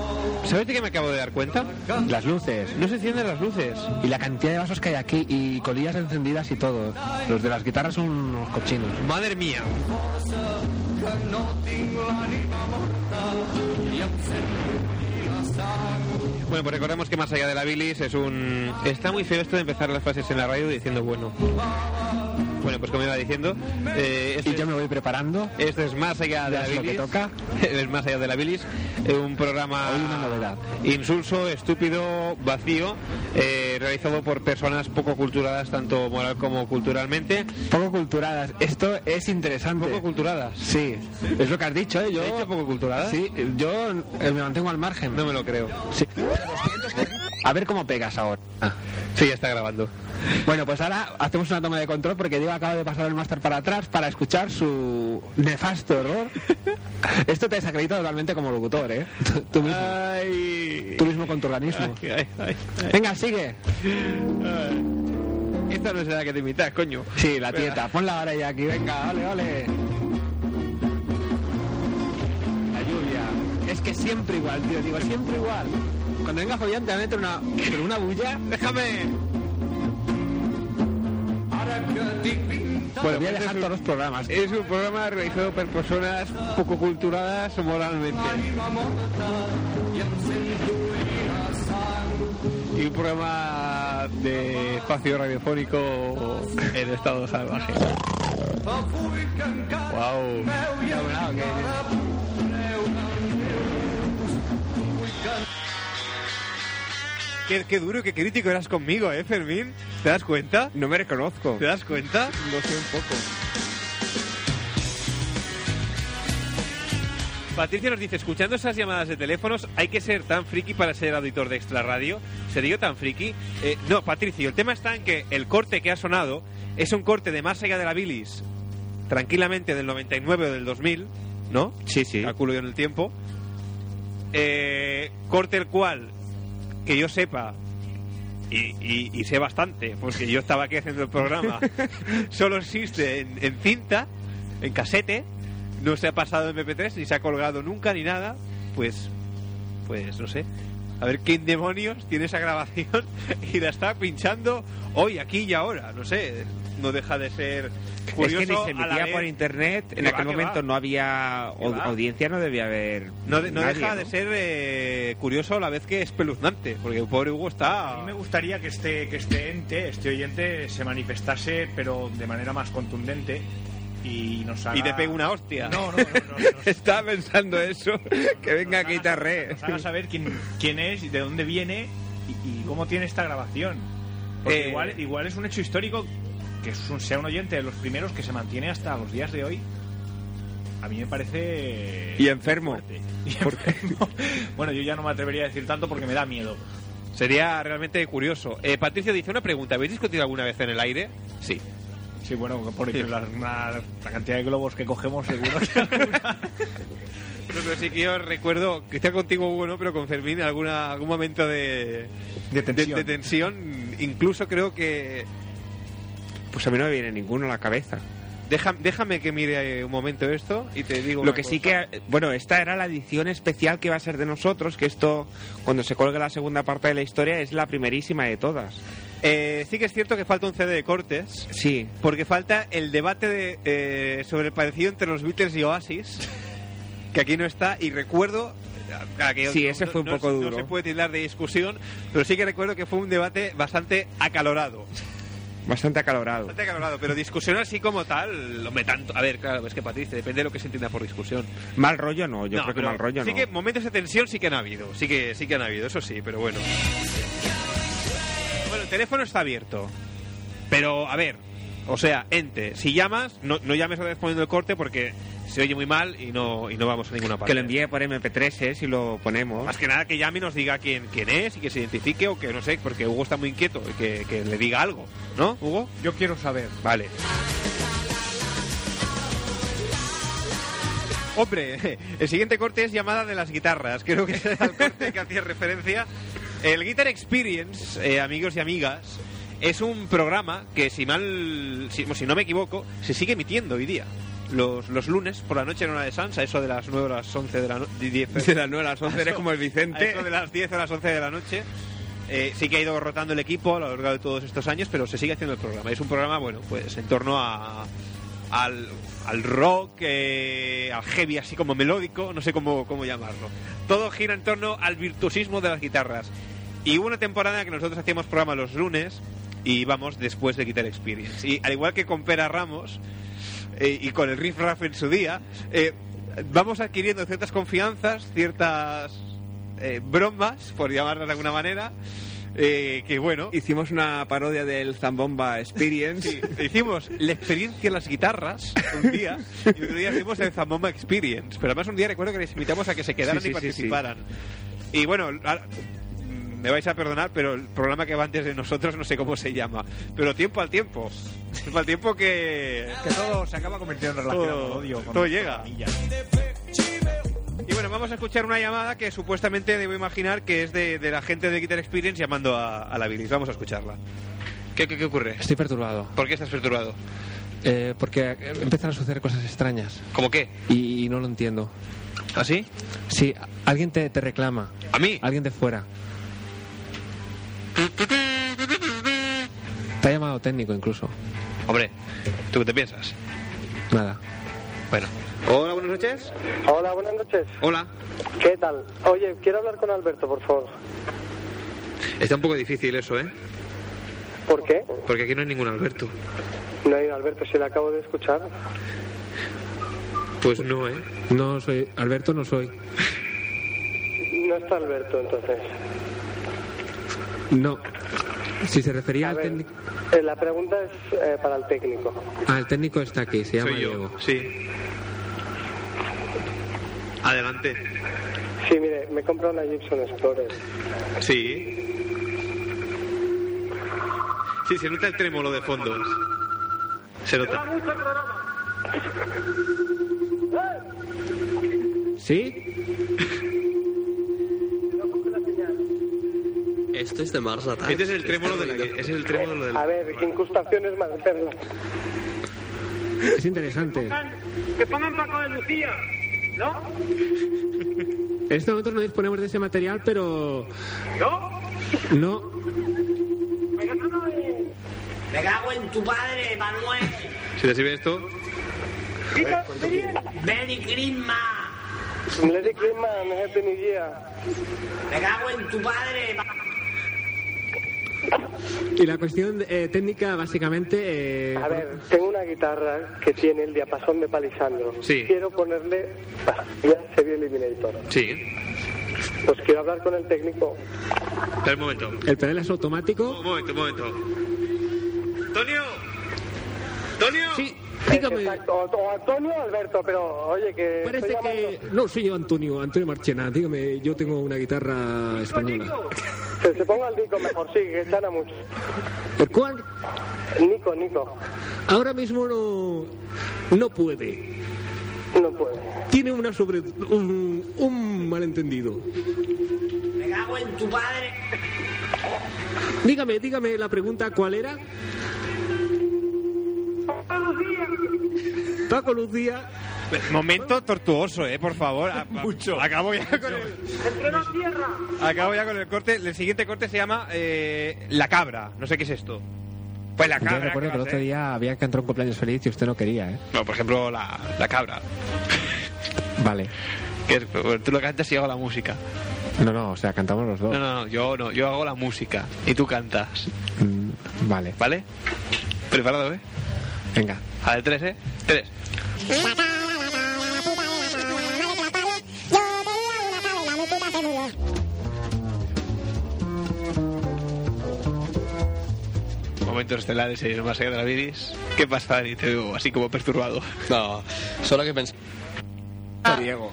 ¿Sabes de qué me acabo de dar cuenta? Las luces. No se encienden las luces. Y la cantidad de vasos que hay aquí y colillas encendidas y todo. Los de las guitarras son unos cochinos. Madre mía. Bueno, pues recordemos que más allá de la bilis es un... Está muy feo esto de empezar las frases en la radio diciendo bueno. Bueno, pues como iba diciendo... eh, esto Y yo me voy preparando. Esto es más allá de Ya la es lo que bilis. toca. Es más allá de la bilis. eh, Un programa insulso, estúpido, vacío, eh, realizado por personas poco culturadas, tanto moral como culturalmente. Poco culturadas. Esto es interesante. Poco culturadas. Sí. Es lo que has dicho, ¿eh? Yo... ¿He dicho poco culturadas? Sí, yo eh, me mantengo al margen. No me lo creo. Sí. A ver cómo pegas ahora. Ah, Sí, ya está grabando. Bueno, pues ahora hacemos una toma de control porque Diego acaba de pasar el máster para atrás para escuchar su nefasto error. Esto te desacredita totalmente como locutor, ¿eh? Tú- Tú mismo, Ah. tú mismo con tu organismo. Venga, sigue. Esta no es la que te invitas, coño. Sí, la tieta. Ponla ahora ya aquí. Venga, vale, vale. La lluvia. Es que siempre igual, tío. Digo, siempre igual. Cuando venga Fabián te va a meter una, pero una bulla. Déjame. Bueno, voy a dejar todos los programas. Es un programa realizado por personas poco culturadas moralmente. Y un programa de espacio radiofónico en estado salvaje. ¡Wow! Qué, qué duro, qué crítico eras conmigo, ¿eh, Fermín? ¿Te das cuenta? No me reconozco. ¿Te das cuenta? Lo sé un poco. Patricia nos dice, escuchando esas llamadas de teléfonos, ¿hay que ser tan friki para ser auditor de Extra Radio? ¿Sería yo tan friki? Eh, no, Patricio, el tema está en que el corte que ha sonado es un corte de más allá de la bilis, tranquilamente del 99 o del 2000, ¿no? Sí, sí. Calculo yo en el tiempo. Eh, corte el cual, que yo sepa, y, y- y sé bastante, porque yo estaba aquí haciendo el programa, solo existe en, en cinta, en casete, no se ha pasado en MP3, ni se ha colgado nunca, ni nada, pues, pues no sé. A ver quién demonios tiene esa grabación y la está pinchando hoy, aquí y ahora. No sé, no deja de ser curioso. es que ni se a la metía vez. por internet. En Que aquel va, que momento va. no había Que au- va. audiencia, no debía haber. No, de- no nadie, deja de ¿no? ser eh, curioso a la vez que espeluznante, porque el pobre Hugo está... A mí me gustaría que este, que este ente, este oyente, se manifestase, pero de manera más contundente y nos haga... Y te pego una hostia. No, no, no, Estaba pensando eso. Que venga guitarre. nos haga saber quién, quién es y de dónde viene y, y cómo tiene esta grabación. Porque Eh. igual, igual es un hecho histórico que es un- sea un oyente de los primeros que se mantiene hasta los días de hoy. A mí me parece... Y enfermo. Bueno, yo ya no me atrevería a decir tanto porque me da miedo. Sería realmente curioso. Eh, Patricio dice una pregunta. ¿Habéis discutido alguna vez en el aire? Sí. Sí, bueno, por la, la- la cantidad de globos que cogemos seguro que... No, pero sí que yo recuerdo que está contigo, Hugo, ¿no? pero con Fermín alguna, algún momento de, de, tensión. de tensión. Incluso creo que... Pues a mí no me viene ninguno a la cabeza. Deja- déjame que mire eh, un momento esto y te digo... Lo una que sí cosa. que, bueno, esta era la edición especial que va a ser de nosotros, que esto, cuando se colgue la segunda parte de la historia, es la primerísima de todas. Eh, sí que es cierto que falta un CD de cortes. Sí. Porque falta el debate de, eh, sobre el parecido entre los Beatles y Oasis, que aquí no está, y recuerdo... eh, a- a que Sí, no- ese fue un no- poco no duro. se puede tildar de discusión, pero sí que recuerdo que fue un debate bastante acalorado. Bastante acalorado. Bastante acalorado, pero discusión así como tal, hombre, tanto... A ver, claro, es que Patricia, depende de lo que se entienda por discusión. Mal rollo no, yo No, creo que pero mal rollo sí no. que momentos de tensión sí que han habido, sí que, sí que han habido, eso sí, pero bueno. Bueno, el teléfono está abierto, pero a ver, o sea, ente, si llamas, no, no llames otra vez poniendo el corte porque se oye muy mal y no, y no vamos a ninguna parte. Que lo envíe por MP3, eh, si lo ponemos. Más que nada que llame y nos diga quién, quién es y que se identifique o que no sé, porque Hugo está muy inquieto y que, que le diga algo, ¿no, Hugo? Yo quiero saber. Vale. Hombre, el siguiente corte es llamada de las guitarras. Creo que era el corte que hacía referencia. El Guitar Experience, eh, amigos y amigas, es un programa que, si mal, si, si no me equivoco, se sigue emitiendo hoy día. Los, los lunes por la noche en hora de Sansa, eso de las 9 a las 11 de la noche. De las 9 a las 11 eres como el Vicente. Eso de las 10 a las 11 de la noche. Eh, sí que ha ido rotando el equipo a lo largo de todos estos años, pero se sigue haciendo el programa. Es un programa, bueno, pues en torno a, al, al rock, eh, al heavy, así como melódico, no sé cómo, cómo llamarlo. Todo gira en torno al virtuosismo de las guitarras. Y hubo una temporada en que nosotros hacíamos programa los lunes y íbamos después de Guitar Experience. Y al igual que con Pera Ramos eh, y con el Riff Raff en su día, eh, vamos adquiriendo ciertas confianzas, ciertas eh, bromas, por llamarlas de alguna manera. eh, que bueno. Hicimos una parodia del Zambomba Experience. Hicimos la experiencia en las guitarras un día y otro día hicimos el Zambomba Experience. Pero además un día recuerdo que les invitamos a que se quedaran Sí, sí, y sí, sí. participaran. Y bueno, ahora- me vais a perdonar, pero el programa que va antes de nosotros no sé cómo se llama. Pero tiempo al tiempo. Tiempo al tiempo que... Que todo se acaba convirtiendo en relación al odio. con todo las llega. programillas. Y bueno, vamos a escuchar una llamada que supuestamente debo imaginar que es de, de la gente de Guitar Experience llamando a, a la Bilis. Vamos a escucharla. ¿Qué, qué, qué ocurre? Estoy perturbado. ¿Por qué estás perturbado? Eh, porque eh, empiezan a suceder cosas extrañas. ¿Cómo qué? Y, y no lo entiendo. ¿Ah, sí? Ah. Sí, a- alguien te, te reclama. ¿A mí? Alguien de fuera. Te ha llamado técnico incluso. Hombre, ¿tú qué te piensas? Nada. Bueno. Hola, buenas noches. Hola, buenas noches. Hola. ¿Qué tal? Oye, quiero hablar con Alberto, por favor. Está un poco difícil eso, ¿eh? ¿Por qué? Porque aquí no hay ningún Alberto. No he ido, Alberto, si le acabo de escuchar. Pues no, ¿eh? No soy. Alberto no soy. No está Alberto, entonces. No. Si se refería al técnico. Eh, la pregunta es eh, para el técnico. Ah, el técnico está aquí, se llama Soy yo, Diego. sí. Adelante. Sí, mire, me compra una Gibson Explorer. Sí. Sí, se nota el trémolo de fondo. Se nota. ¿Sí? Esto es de Mars Attack. Este es el trémolo de la ese es el trémolo de la A ver, ¿qué incrustaciones más perlas? Es interesante. Que pongan Paco de Lucía, ¿no? En este momento no disponemos de ese material, pero. ¿No? No. Me cago en tu padre, Manuel. Si te sirve esto, Merry Christmas. Merry Christmas, Happy New Year. Me cago en tu padre. Ma- Y la cuestión eh, técnica, básicamente. eh, A ver, tengo una guitarra que tiene el diapasón de Palisandro. Sí. Quiero ponerle pastillas Serie Eliminator. Sí. Pues quiero hablar con el técnico. Espera un momento. El pedal es automático. Un momento, un momento. ¡Tonio! ¡Tonio! Sí, Exacto, o, o Antonio o Alberto, pero oye, que. Parece estoy llamando- que. No, soy yo, Antonio, Antonio Marchena. Dígame, yo tengo una guitarra española. Que se ponga el Nico mejor, sí, que gana mucho. ¿Por cuál? Nico, Nico. Ahora mismo no. No puede. No puede. Tiene una sobre. Un, un malentendido. Me cago en tu padre. Dígame, dígame la pregunta, ¿cuál era? Paco Lucía. Momento tortuoso, eh, por favor. Mucho. Acabo ya con el, acabo ya con el corte. El siguiente corte se llama eh, La Cabra. No sé qué es esto. Pues la Yo cabra. recuerdo ¿qué que el va a otro ser? día había que entrar un cumpleaños feliz y usted no quería, ¿eh? No, por ejemplo, la, la cabra. Vale. Que es- tú lo cantas y yo hago la música. No, no, o sea, cantamos los dos. No, no, no, yo no, yo hago la música y tú cantas. Mm, Vale. ¿Vale? Preparado, ¿eh? Venga. A ver, tres, ¿eh? Tres. Momentos estelares en el más allá de la Viris. ¿Qué pasa, Dani? Te veo así como perturbado. No, solo que pensé. Diego.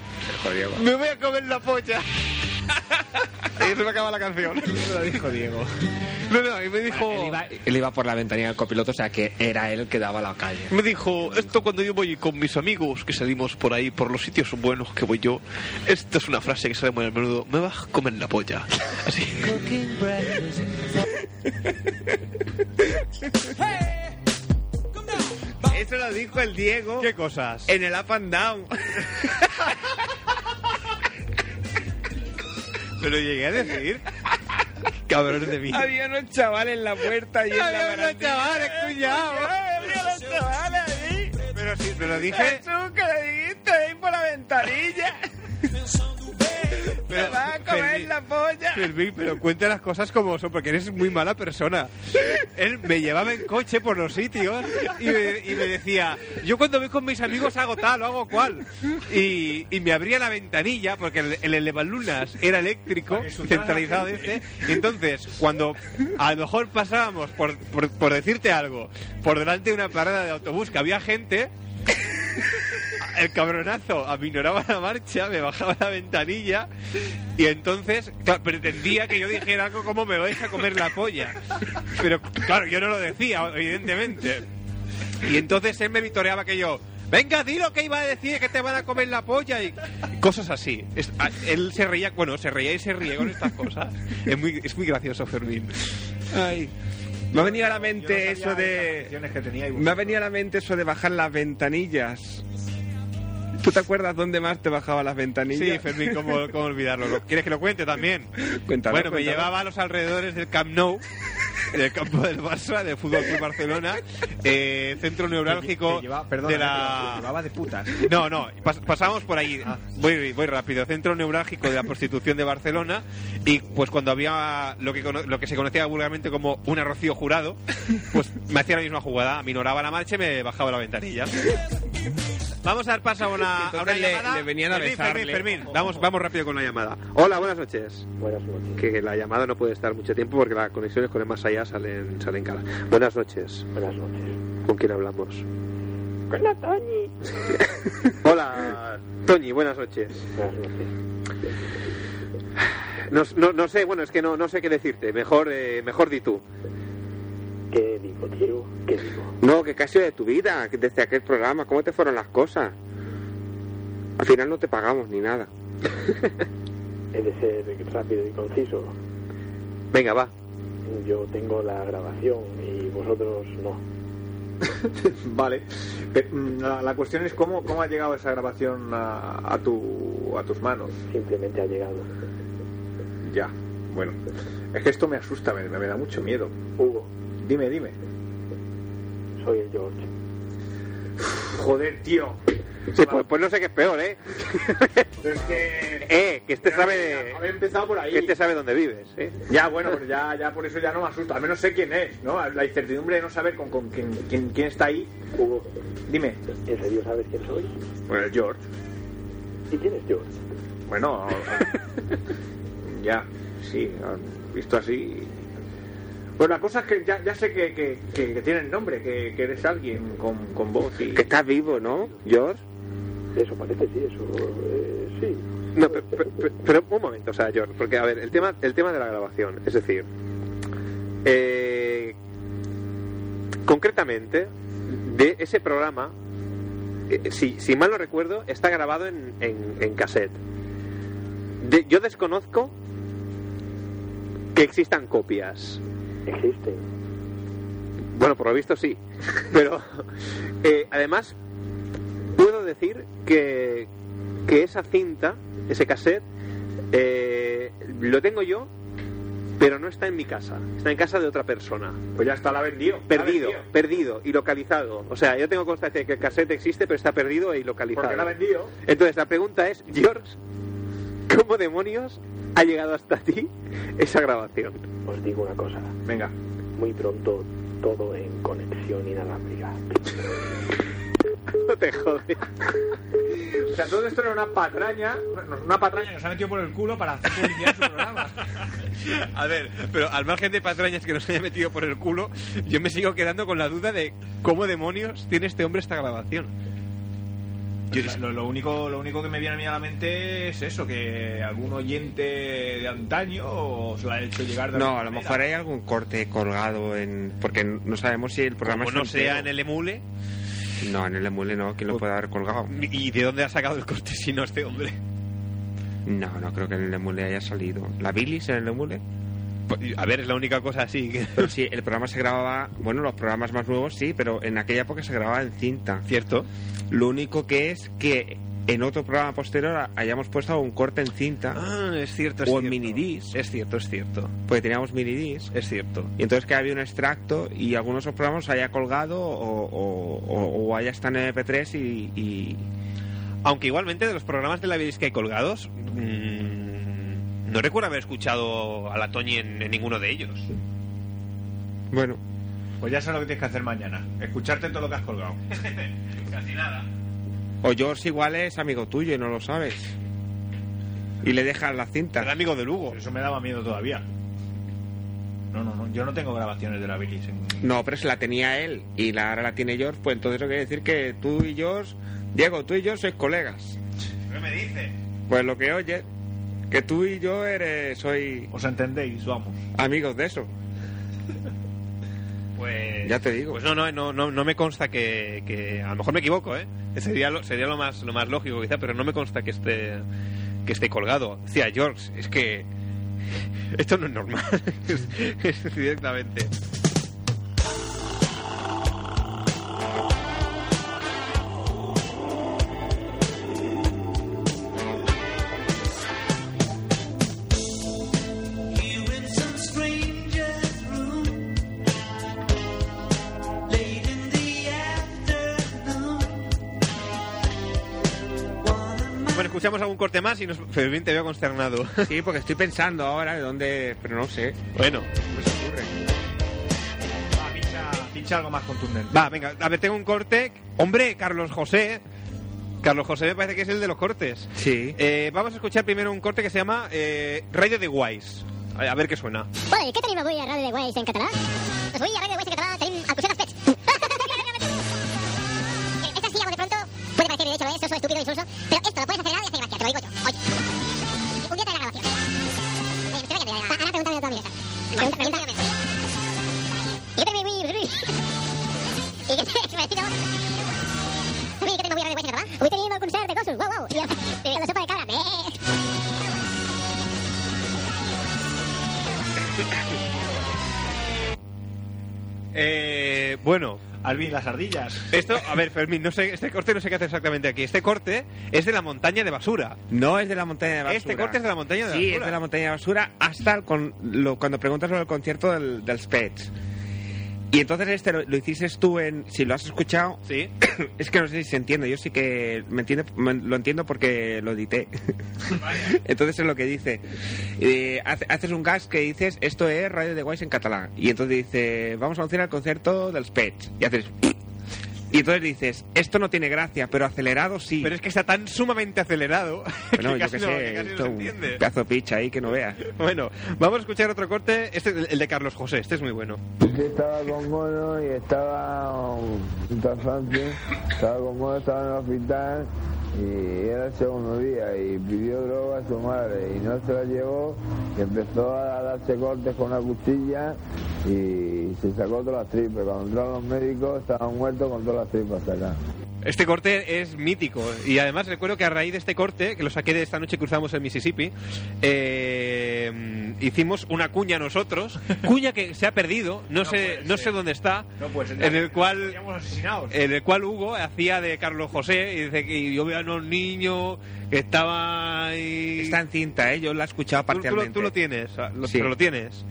Me voy a comer la polla. y se me acaba la canción. lo dijo Diego. No, no, y me dijo... Él iba por la ventanilla del copiloto, o sea que era él que daba la calle. Me dijo, "Oh, esto cuando yo voy con mis amigos que salimos por ahí, por los sitios buenos que voy yo, esta es una frase que sale muy a menudo, me vas a comer la polla. Así. Eso lo dijo el Diego. ¿Qué cosas? En el Up and Down. Pero llegué a decir... Cabrones de mí. Había unos chavales en la puerta y en la Había unos chavales, cuñado. Había unos chavales ahí. Pero sí, te lo dije... Tú que le dijiste ahí por la ventanilla. Pero, Te vas a comer Fermín, la polla. Fermín, pero cuenta las cosas como son, porque eres muy mala persona. Él me llevaba en coche por los sitios y me, y me decía, yo cuando voy con mis amigos hago tal o hago cual. Y, y me abría la ventanilla, porque el, el elevalunas era eléctrico, centralizado este. Y entonces, cuando a lo mejor pasábamos, por, por- por decirte algo, por delante de una parada de autobús que había gente... El cabronazo aminoraba la marcha, me bajaba la ventanilla y entonces claro, pretendía que yo dijera algo como me vais a comer la polla. Pero claro, yo no lo decía, evidentemente. Y entonces él me vitoreaba que yo, venga, di lo que iba a decir, que te van a comer la polla y cosas así. Es- a- él se reía, bueno, se reía y se ríe con estas cosas. Es muy, es muy gracioso, Fermín. Ay. Me ha venido a la mente Yo no sabía eso las de. canciones que tenía y Me ha venido a la mente eso de bajar las ventanillas. ¿Tú te acuerdas dónde más te bajaba las ventanillas? Sí, Fermín, ¿cómo, cómo olvidarlo? ¿Lo- ¿Quieres que lo cuente también? Cuéntalo, bueno, me cuéntalo. llevaba a los alrededores del Camp Nou, del campo del Barça, del Fútbol Club Barcelona, eh, centro neurálgico Te lleva- perdona, de te- te la... llevaba de putas. No, no, pas- pasamos por ahí. Ah. Voy, voy rápido. Centro neurálgico de la prostitución de Barcelona. Y pues cuando había lo que, cono- lo que se conocía vulgarmente como un arrocío jurado, pues me hacía la misma jugada. Minoraba la marcha y me bajaba la ventanilla. Vamos a dar paso a una, a una Entonces le- llamada. le venían a Fermín, Fermín, besarle. Fermín, Vamos, vamos rápido con la llamada. Hola, buenas noches. Buenas noches. Que la llamada no puede estar mucho tiempo porque las conexiones con el más allá salen, salen cara. Buenas noches. Buenas noches. ¿Con quién hablamos? Con la Toñi. Hola, Toñi, buenas noches. No, no- no sé, bueno, es que no, no sé qué decirte. Mejor, eh, mejor di tú. ¿Qué digo, tío? ¿Qué digo? No, que casi de tu vida, que desde aquel programa, ¿cómo te fueron las cosas? Al final no te pagamos ni nada. He de ser rápido y conciso. Venga, va. Yo tengo la grabación y vosotros no. Vale. Pe- mm, La, la cuestión es cómo, cómo ha llegado esa grabación a, a tu, a tus manos. Simplemente ha llegado. Ya, bueno. Es que esto me asusta, me, me da mucho miedo. Hugo, Dime, dime. soy el George. Joder, tío. Sí, pues, pues no sé qué es peor, ¿eh? Es que... Eh, que este sabe de- Haber empezado por ahí. que este sabe dónde vives, ¿eh? Ya, bueno, pues ya, ya por eso ya no me asusta. Al menos sé quién es, ¿no? La incertidumbre de no saber con, con quién, quién, quién está ahí. Hugo, Dime. ¿en serio sabes quién soy? Bueno, el George. ¿Y quién es George? Bueno, ya, sí, han visto así. Pues la cosa es que ya, ya sé que, que, que- que tienes nombre, que, que eres alguien con, con voz y... Que estás vivo, ¿no, George? Eso parece, sí, eso. eh, sí. No, pe- pe- pe- pero, un momento, o sea, John, porque a ver, el tema, el tema de la grabación, es decir, eh, concretamente, de ese programa, eh, si, si mal no recuerdo, está grabado en, en- en cassette. De- yo desconozco que existan copias. Existe. Bueno, por lo visto sí. Pero eh, además puedo decir que, que esa cinta, ese cassette, eh, lo tengo yo, pero no está en mi casa. Está en casa de otra persona. Pues ya está, la ha vendido. la ha Perdido, vendido. perdido y localizado. O sea, yo tengo constancia de que el cassette existe, pero está perdido y localizado. Porque la ha vendido. Entonces la pregunta es, George, ¿cómo demonios ha llegado hasta ti esa grabación? Os digo una cosa. Venga. Muy pronto todo en conexión inalámbrica. No te jode. O sea, todo esto era una patraña, una- una patraña que nos ha metido por el culo para hacer publicidad en su programa. A ver, pero al margen de patrañas que nos haya metido por el culo, yo me sigo quedando con la duda de cómo demonios tiene este hombre esta grabación. Lo, lo único, lo único que me viene a mí a la mente es eso, Eh, que algún oyente de antaño os lo ha hecho llegar de No, alguna a lo manera. mejor hay algún corte colgado en. Porque no sabemos si el programa Como es no entero. sea en el emule, No, en el emule no, ¿quién lo puede haber colgado? ¿y de dónde ha sacado el corte si no este hombre? No, no creo que en el emule haya salido. ¿La bilis en el emule? Pues, A ver, es la única cosa así que... Pero sí, el programa se grababa, bueno, los programas más nuevos sí, pero en aquella época se grababa en cinta. Cierto. Lo único que es que en otro programa posterior a- hayamos puesto un corte en cinta. Ah, es cierto, es o en cierto. minidisc. Es cierto, es cierto. Porque teníamos minidisc. Es cierto. Y entonces que había un extracto y algunos de esos programas haya colgado o, o- o- o haya estado en MP3 y, y- Aunque igualmente de los programas de la bilis que hay colgados, mm, no recuerdo haber escuchado a la Toñi en, en ninguno de ellos. Bueno. Pues ya sé lo que tienes que hacer mañana. Escucharte todo lo que has colgado. Casi nada. O George igual es amigo tuyo y no lo sabes. Y le dejas la cinta. El amigo de Lugo. Eso me daba miedo todavía. No, no, no. Yo no tengo grabaciones de la bilis. en- No, pero si la tenía él y la, ahora la tiene George, pues entonces eso quiere decir que tú y George, Diego, tú y yo sois colegas. ¿Qué me dices? Pues lo que oye, que tú y yo eres, soy Os entendéis, vamos. amigos de eso. Pues, Ya te digo. Pues no, no, no, no, no me consta que, que- A lo mejor me equivoco, ¿eh? Sería lo, sería lo más lo más lógico quizá, pero no me consta que esté que esté colgado. Hostia, George, es que esto no es normal. Es- es directamente. echamos algún corte más y nos. Fermín, te veo consternado. Sí, porque estoy pensando ahora de dónde. Pero no sé. Bueno. Va, pincha, pincha algo más contundente. Va, venga, a ver, tengo un corte. Hombre, Carlos José. Carlos José me parece que es el de los cortes. Sí. Eh, vamos a escuchar primero un corte que se llama eh, Radio de Guays. A a ver qué suena. Hola, què tenim avui a Ràdio de Guais en català? Doncs avui a Ràdio de Guais en català tenim el costat dels pets. Esta sí, hago de pronto, puede parecer de hecho, es oso, estúpido, insulso, pero esto lo puedes hacer ahora y hace gracia, te lo digo yo. Oye, un día te hará gracia. Eh, espera que te haga- Ahora pregúntame tú a mí. Pregunta, pregunta. Y Yo también voy, voy, voy. I què t'he de decir, no? Avui què tenim avui a Ràdio de Guais en català? Avui tenim el concert de Gossos, uau, uau, i el, i la sopa de cabra, bé. Eh, bueno. Alvin, las ardillas. Esto, a ver, Fermín, no sé, este corte no sé qué hace exactamente aquí. Este corte es de la montaña de basura. No es de la montaña de basura. Este corte es de la montaña de Sí, basura. es de la montaña de basura hasta el con- lo- cuando preguntas sobre el concierto del, del Spets. Y entonces este lo, lo hiciste tú en... Si lo has escuchado... Sí. Es que no sé si se entiende. Yo sí que me entiende, me- lo entiendo porque lo edité. entonces es lo que dice. Eh, hace- haces un gas que dices, esto es Radio de Guays en catalán. Y entonces dice, vamos a anunciar el concierto del Spets. Y haces... Y entonces dices, esto no tiene gracia, pero acelerado sí. Pero es que está tan sumamente acelerado. Bueno, que yo casi qué no- que casi sé, no esto se un entiende. pedazo de picha ahí que no veas. Bueno, vamos a escuchar otro corte. Este es el de Carlos José. Este es muy bueno. Yo estaba con Gono y estaba un pasante, estaba con Gono, estaba en el hospital y era el segundo día y pidió droga a su madre y no se la llevó y empezó a darse cortes con una cuchilla y se sacó todas las tripas. Cuando entraron los médicos estaba muerto con todas las tripas sacadas. Este corte es mítico y además recuerdo que a raíz de este corte, que lo saqué de esta noche que cruzamos el Mississippi, eh, hicimos una cuña nosotros, cuña que se ha perdido, no, sé, no sé dónde está, No puede ser. en el cual Seríamos asesinados. Eh, en el cual Hugo hacía de Carlos José y dice que yo veo a unos niños que estaban ahí... Está en cinta, ¿eh? Yo la he escuchado Tú- tú lo- parcialmente. tú lo tienes, ah, lo- Sí. pero lo tienes.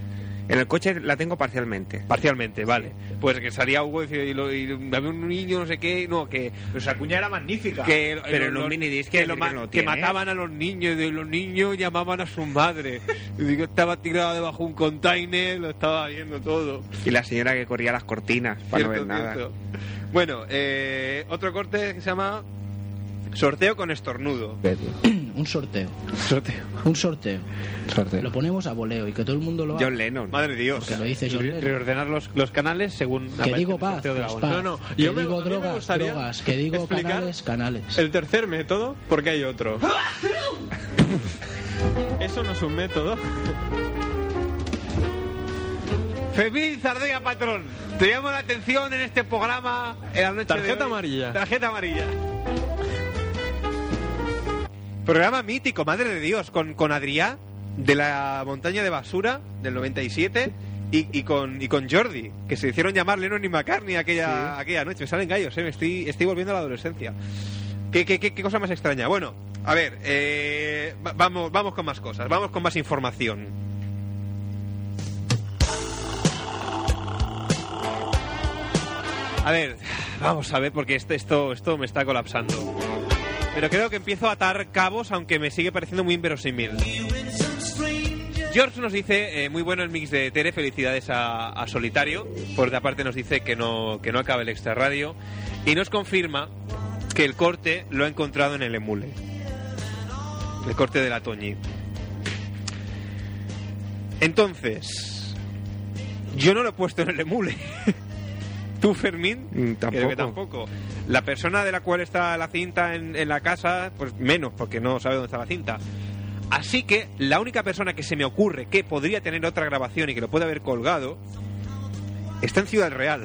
En el coche la tengo parcialmente. Parcialmente, vale. Pues que salía Hugo y, decía, y lo- y había un niño, no sé qué, no, que... Pero esa cuña era magnífica. que Pero en los- un minidisc que, que lo no ma- lo que tiene. ¿eh? mataban a los niños y de los niños llamaban a sus madres y digo estaba tirado debajo de un container lo estaba viendo todo Y la señora que corría las cortinas Pues para no ver Cierto, nada. cierto. bueno eh, otro corte que se llama sorteo con estornudo un sorteo. Un sorteo. Lo ponemos a voleo y que todo el mundo lo haga. Lennon madre de dios Porque lo dice John Lennon. Reordenar los, los canales según. Que aparece digo el paz, sorteo de la pues ONU. paz. No, no, que yo me- digo a mí me drogas, gustaría drogas. Que digo explicar canales, canales. El tercer método, porque hay otro. Eso no es un método. Fermín Zardea Patrón te llamo la atención en este programa en la noche Tarjeta de hoy. amarilla. tarjeta amarilla programa mítico madre de dios con, con Adrià de la montaña de basura del 97 y, y con, y con Jordi, que se hicieron llamar Lennon y McCartney aquella, aquella noche. Me salen gallos, ¿eh? me estoy, estoy volviendo a la adolescencia. ¿Qué, qué, qué- qué cosa más extraña? Bueno, a ver, eh, va- vamos, vamos con más cosas, vamos con más información. A ver, vamos a ver, porque este- esto, esto me está colapsando. Pero creo que empiezo a atar cabos, aunque me sigue pareciendo muy inverosímil. George nos dice, eh, muy bueno el mix de Tere, felicidades a, a Solitario. Por otra parte nos dice que no, que no acabe el extra radio. Y nos confirma que el corte lo ha encontrado en el emule. El corte de la Toñi. Entonces, yo no lo he puesto en el emule. Tú, Fermín, Mm, creo que tampoco. La persona de la cual está la cinta en, en la casa, pues menos, porque no sabe dónde está la cinta. Así que la única persona que se me ocurre que podría tener otra grabación y que lo puede haber colgado está en Ciudad Real.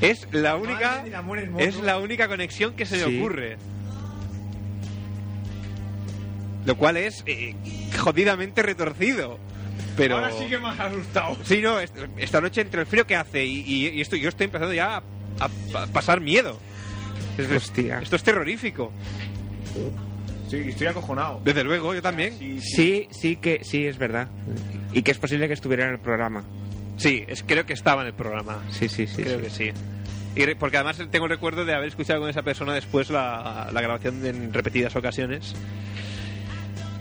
es la única Madre del amor hermoso. es la única conexión que se me Sí. ocurre. Lo cual es eh, jodidamente retorcido. Pero Ahora sí que me has asustado. Sí, no, est- esta noche entre el frío que hace y, y- y esto, yo estoy empezando ya a, a- a pasar miedo. Es- es- Esto es terrorífico. Sí, estoy acojonado. Desde luego, yo también. Sí, sí que sí es verdad. Y que es posible que estuviera en el programa. Sí, es, creo que estaba en el programa. Sí, sí, sí. Creo sí. que sí. Y re- porque además tengo el recuerdo de haber escuchado con esa persona después la, la grabación en repetidas ocasiones.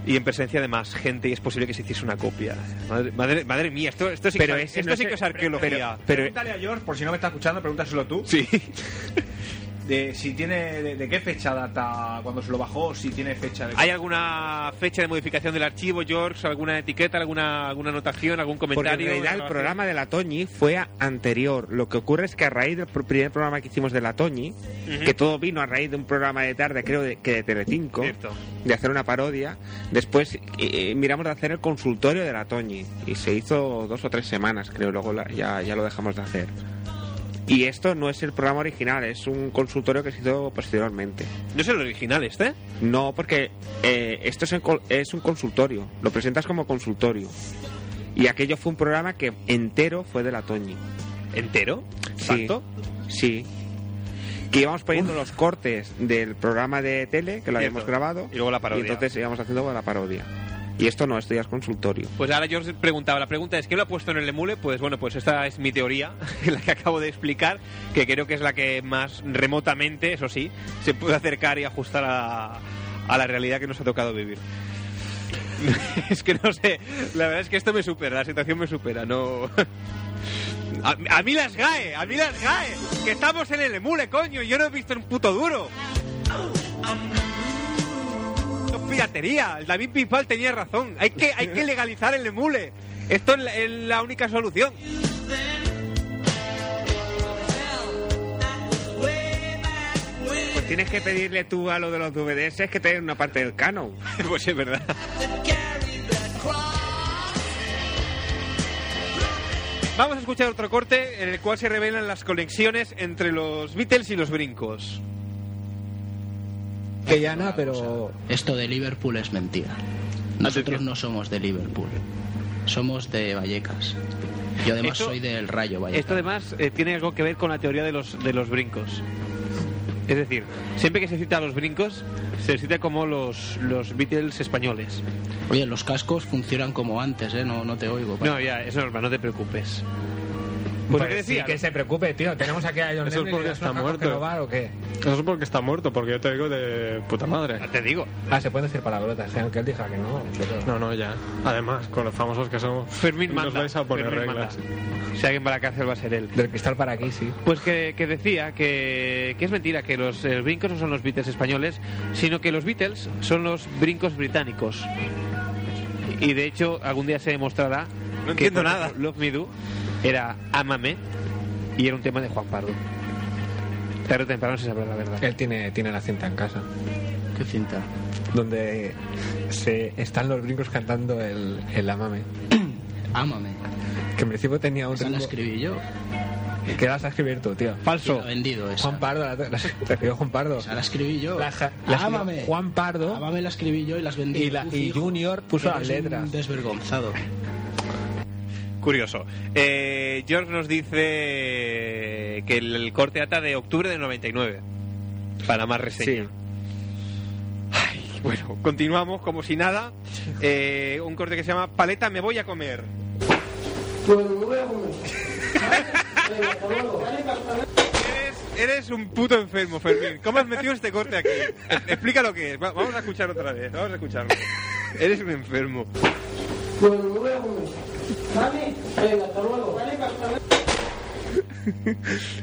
Y en presencia de más gente, y es posible que se hiciese una copia. Madre, madre, madre mía, esto, esto sí, Pero que, ese esto no sí sé- que es arqueología. Pero, pregúntale a George, por si no me está escuchando, pregúntaselo tú. Sí. De, si tiene, de, de qué fecha data cuando se lo bajó, si tiene fecha de... ¿Hay alguna fecha de modificación del archivo, George? ¿Alguna etiqueta, alguna, alguna anotación, algún Porque comentario? en realidad el grabación? programa de la Toñi fue a- anterior. Lo que ocurre es que a raíz del pr- primer programa que hicimos de la Toñi, Ujú. que todo vino a raíz de un programa de tarde, creo de- que de Telecinco, de hacer una parodia, después eh, eh, miramos de hacer el consultorio de la Toñi. Y se hizo dos o tres semanas, creo, luego la- ya, ya lo dejamos de hacer. Y esto no es el programa original, es un consultorio que se hizo posteriormente. ¿No es el original este? No, porque eh, esto es, un col- es un consultorio. Lo presentas como consultorio. Y aquello fue un programa que entero fue de la Toñi. ¿Entero? Sí. Sí. Que íbamos poniendo los cortes del programa de tele, que lo habíamos grabado. Y luego la parodia. Y entonces íbamos haciendo la parodia. Y esto no, esto ya es consultorio. Pues ahora yo os preguntaba, la pregunta es, ¿qué lo ha puesto en el emule? Pues bueno, pues esta es mi teoría, la que acabo de explicar, que creo que es la que más remotamente, eso sí, se puede acercar y ajustar a, a la realidad que nos ha tocado vivir. es que no sé, la verdad es que esto me supera, la situación me supera, no... A, a mí las GAE, a mí las GAE, que estamos en el emule, coño, yo no he visto un puto duro. Esto es piratería. El David Bisbal tenía razón. Hay que, hay que legalizar el emule. Esto es la, es la única solución. Pues tienes que pedirle tú a lo de los DVDs que te den una parte del canon. pues es verdad. Vamos a escuchar otro corte en el cual se revelan las conexiones entre los Beatles y los brincos. Que ya nada, pero. Esto de Liverpool es mentira. Nosotros no somos de Liverpool. Somos de Vallecas. Yo además Esto- soy del Rayo Vallecas. Esto además eh, tiene algo que ver con la teoría de los, de los brincos. Es decir, siempre que se cita a los brincos, se cita como los, los Beatles españoles. Oye, los cascos funcionan como antes, ¿eh? No, no te oigo. No, ya, es normal, no te preocupes. Pues, lo que sí, decía, que ¿no? se preocupe, tío. Tenemos aquí a Eso John es Lennon y porque le está tocamos muerto. que robar, ¿o qué? Eso es porque está muerto, porque yo te digo de puta madre. Te digo. Ah, se pueden decir palabrotas, ¿eh? aunque él diga que no. pero- No, no, ya. Además, con los famosos que somos. Fermín nos manda, vais a poner Fermín reglas. Si alguien va a la cárcel va a ser él. Del cristal para aquí, sí. Pues que, que decía que, que es mentira, que los eh, brincos no son los Beatles españoles, sino que los Beatles son los brincos británicos. Y de hecho, algún día se demostrará No entiendo por nada. ejemplo, Love Me Do era Amame y era un tema de Juan Pardo. Tarde o temprano se sabrá la verdad. Él tiene, tiene la cinta en casa. ¿Qué cinta? Donde se están los brincos cantando el, el Amame. Ámame. Que en principio tenía un Esa la ritmo escribí yo. que vas a escribir tú, tío. Falso. La he vendido esa. Juan Pardo, la, la, la escribió Juan Pardo. La escribí yo. La, ja- la escribió Ámame. Juan Pardo. Ámame la escribí yo y las vendí. Y la- Uf, y hijo, Junior puso eres las un letras. Desvergonzado. Curioso. Eh, George nos dice que el, el corte ata de octubre del 99. Para más reseña. Ay, bueno, continuamos como si nada. Eh, un corte que se llama Paleta, me voy a comer. Eres- Eres un puto enfermo, Fermín. ¿Cómo has metido este corte aquí? Explica lo que es. Va- vamos a escuchar otra vez. Vamos a escucharlo. Eres un enfermo.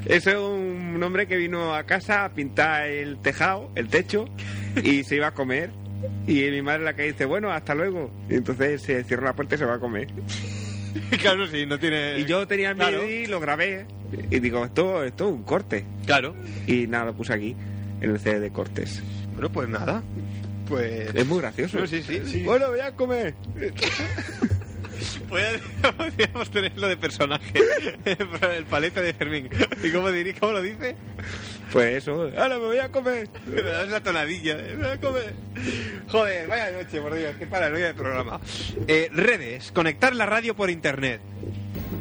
Ese es un hombre que vino a casa a pintar el tejado, el techo, y se iba a comer. Y mi madre la que dice, bueno, hasta luego. Y entonces se cierra la puerta y se va a comer. Claro, sí, no tiene... Eh, Y yo tenía el MIDI, lo grabé. Y digo, esto, esto es un corte. Claro. Y nada, lo puse aquí, en el CD de cortes. Bueno, pues nada. Pues... Es muy gracioso. Pues, No, sí, sí. Bueno, voy a comer. Podríamos tenerlo de personaje. El paleta de Fermín. ¿Y cómo, dirí, cómo lo dice? Pues eso. Ahora me voy a comer. Me das la tonadilla. eh, Me voy a comer. Joder, vaya noche, por Dios. Qué paranoia de programa. Eh, redes. Conectar la radio por internet.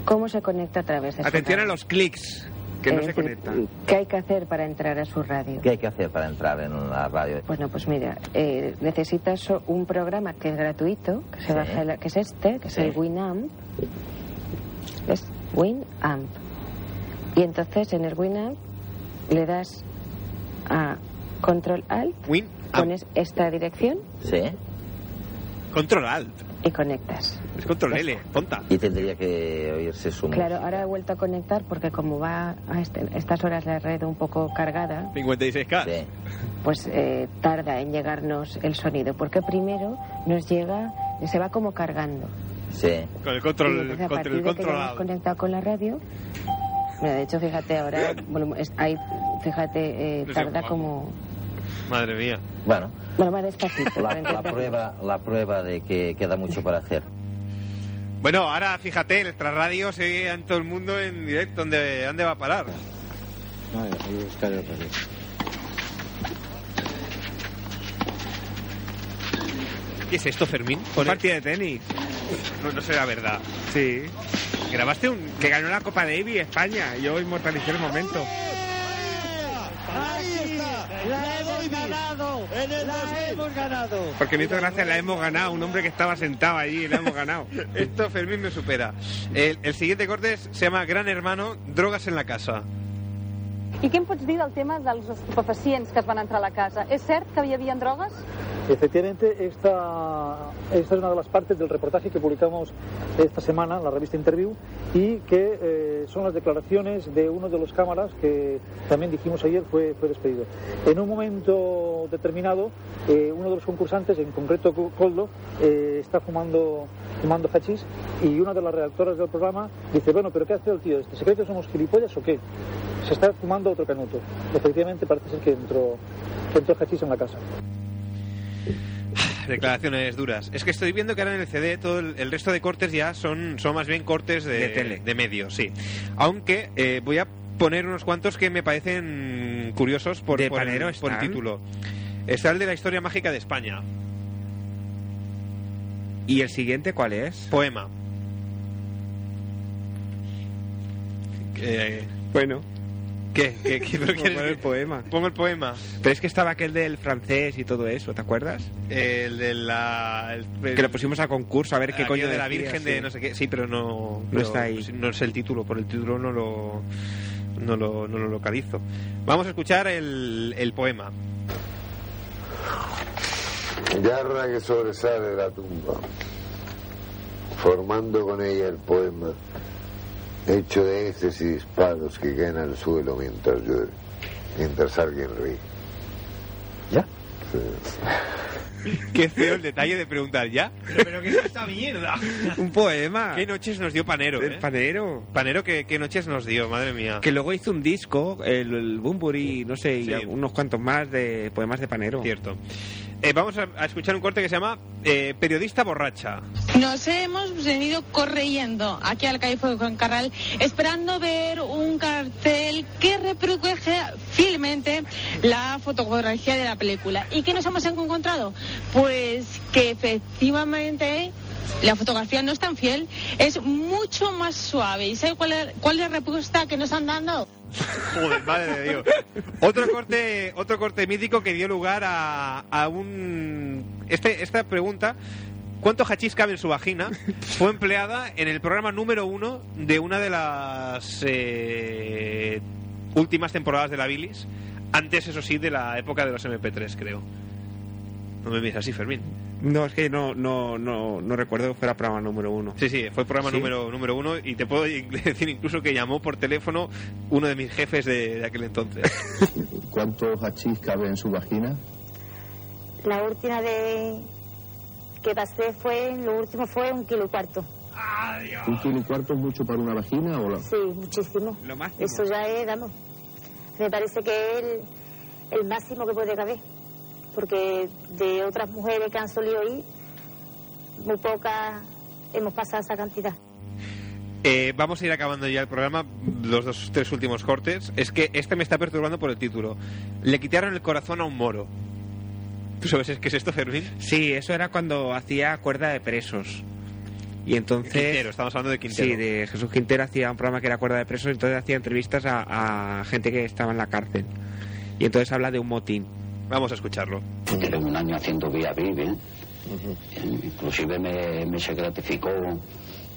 ¿Cómo se conecta a través de su Atención a radio? los clics, que no Es se decir, conectan. ¿Qué hay que hacer para entrar a su radio? ¿Qué hay que hacer para entrar en una radio? Bueno, pues mira, eh, necesitas un programa que es gratuito, que, se Sí. baja el- que es este, que Sí. es el Winamp. Es Winamp. Y entonces en el Winamp le das a Control Alt, Win. pones esta dirección Sí. Control Alt. y conectas. Es control L, ponta. Y tendría que oírse su Claro, ahora he vuelto a conectar porque como va a este- estas horas la red un poco cargada, 56K. pues eh, tarda en llegarnos el sonido, porque primero nos llega, se va como cargando. Sí. Con el Y control, entonces, a control, partir de que ya control hemos Alt. conectado con la radio. Mira, de hecho, fíjate, ahora volvemos- es- hay, fíjate, eh, No sé, tarda Juan. como. Madre mía. Bueno, Bueno, más despacito. la, para la intentar- prueba, la prueba de que queda mucho para hacer. Bueno, ahora fíjate, el extrarradio se ve en todo el mundo en directo. ¿Dónde, dónde va a parar? Vale, voy a buscar otra vez. ¿Qué es esto, Fermín? Partida de tenis. No, no será verdad. Sí. Grabaste un. Que ganó la Copa Davis España. Yo inmortalicé el momento. Ahí está, la hemos ganado, la hemos ganado. Porque me hizo gracia, la hemos ganado. Un hombre que estaba sentado allí, la hemos ganado. Esto Fermín me supera. El, el siguiente corte es- se llama Gran Hermano, drogas en la casa. I què em pots dir del tema dels estupefacients que es van entrar a la casa? És cert que hi havia drogues? Efectivamente, esta, esta es una de las partes del reportaje que publicamos esta semana en la revista Interview y que eh, son las declaraciones de uno de los cámaras que también dijimos ayer fue, fue despedido. En un momento determinado, eh, uno de los concursantes, en concreto Co- Coldo, eh, está fumando, fumando hachís y una de las redactoras del programa dice, bueno, pero ¿qué hace el tío este? ¿Se cree que somos gilipollas o qué? Se está fumando otro canuto. Efectivamente, parece ser que entró, que entró hachís en la casa. Declaraciones duras. Es que estoy viendo que ahora en el CD todo el, el resto de cortes ya son, son más bien cortes de, De tele. de medio, sí. Aunque eh, voy a poner unos cuantos que me parecen curiosos por, ¿De por el, Panero por el están? título. Está el de la historia mágica de España, ¿Y el siguiente cuál es? poema. Eh, Bueno. ¿Qué? ¿Qué, qué- pero quieres el que- poema. Pongo el poema. Pero es que estaba aquel del francés y todo eso, ¿te acuerdas? El de la. el- Que lo pusimos a concurso a ver qué Ah, Aquello coño de la decía, Virgen sí. de no sé qué. Sí, pero no. No pero está ahí. No es el título, por el título no lo. No lo, no lo localizo. Vamos a escuchar el, el poema. Garra que sobresale de la tumba, formando con ella el poema, hecho de heces y disparos que caen al suelo mientras llueve, mientras alguien ríe. ¿Ya? Qué feo el detalle de preguntar ya. Pero que es esta mierda. Un Ah. poema. ¿Qué noches nos dio Panero? El eh? panero. Panero, ¿qué, qué noches nos dio? Madre mía. Que luego hizo un disco, el, el Bumburi, no sé, Sí. y unos cuantos más de poemas de panero. Cierto. Eh, vamos a, a escuchar un corte que se llama eh, Periodista borracha. Nos hemos venido corriendo aquí al calle Fuego en Carral esperando ver un cartel que reproduce fielmente la fotografía de la película. ¿Y qué nos hemos encontrado? Pues que efectivamente la fotografía no es tan fiel, es mucho más suave. ¿Y sabe cuál es, cuál es la respuesta que nos han dado? Joder, madre de Dios. Otro corte, otro corte mítico que dio lugar a, a un. Este, esta pregunta. ¿Cuánto hachís cabe en su vagina? Fue empleada en el programa número uno de una de las eh, últimas temporadas de la Bilis. Antes, eso sí, de la época de los MP3, creo. No me mires así, Fermín. No, es que no, no, no, no recuerdo que fuera programa número uno. Sí, sí, fue programa ¿Sí? número, número uno y te puedo decir incluso que llamó por teléfono uno de mis jefes de, de aquel entonces. ¿Cuánto hachís cabe en su vagina? La última de que pasé fue, lo último fue un kilo y cuarto. ¿Un kilo y cuarto es mucho para una vagina o la... Sí, muchísimo. Lo máximo. Eso ya es, vamos. Me parece que es el, el máximo que puede caber. Porque de otras mujeres que han solido ir, muy pocas hemos pasado esa cantidad. Eh, vamos a ir acabando ya el programa, los dos, tres últimos cortes. Es que este me está perturbando por el título. Le quitaron el corazón a un moro. ¿Tú sabes qué es esto, Fermín? Sí, eso era cuando hacía cuerda de presos. Y entonces. Quintero, estamos hablando de Quintero. Sí, de Jesús Quintero hacía un programa que era cuerda de presos, entonces hacía entrevistas a, a gente que estaba en la cárcel. Y entonces habla de un motín. Vamos a escucharlo. Llevé un año haciendo vía vive. Eh, Inclusive me, me se gratificó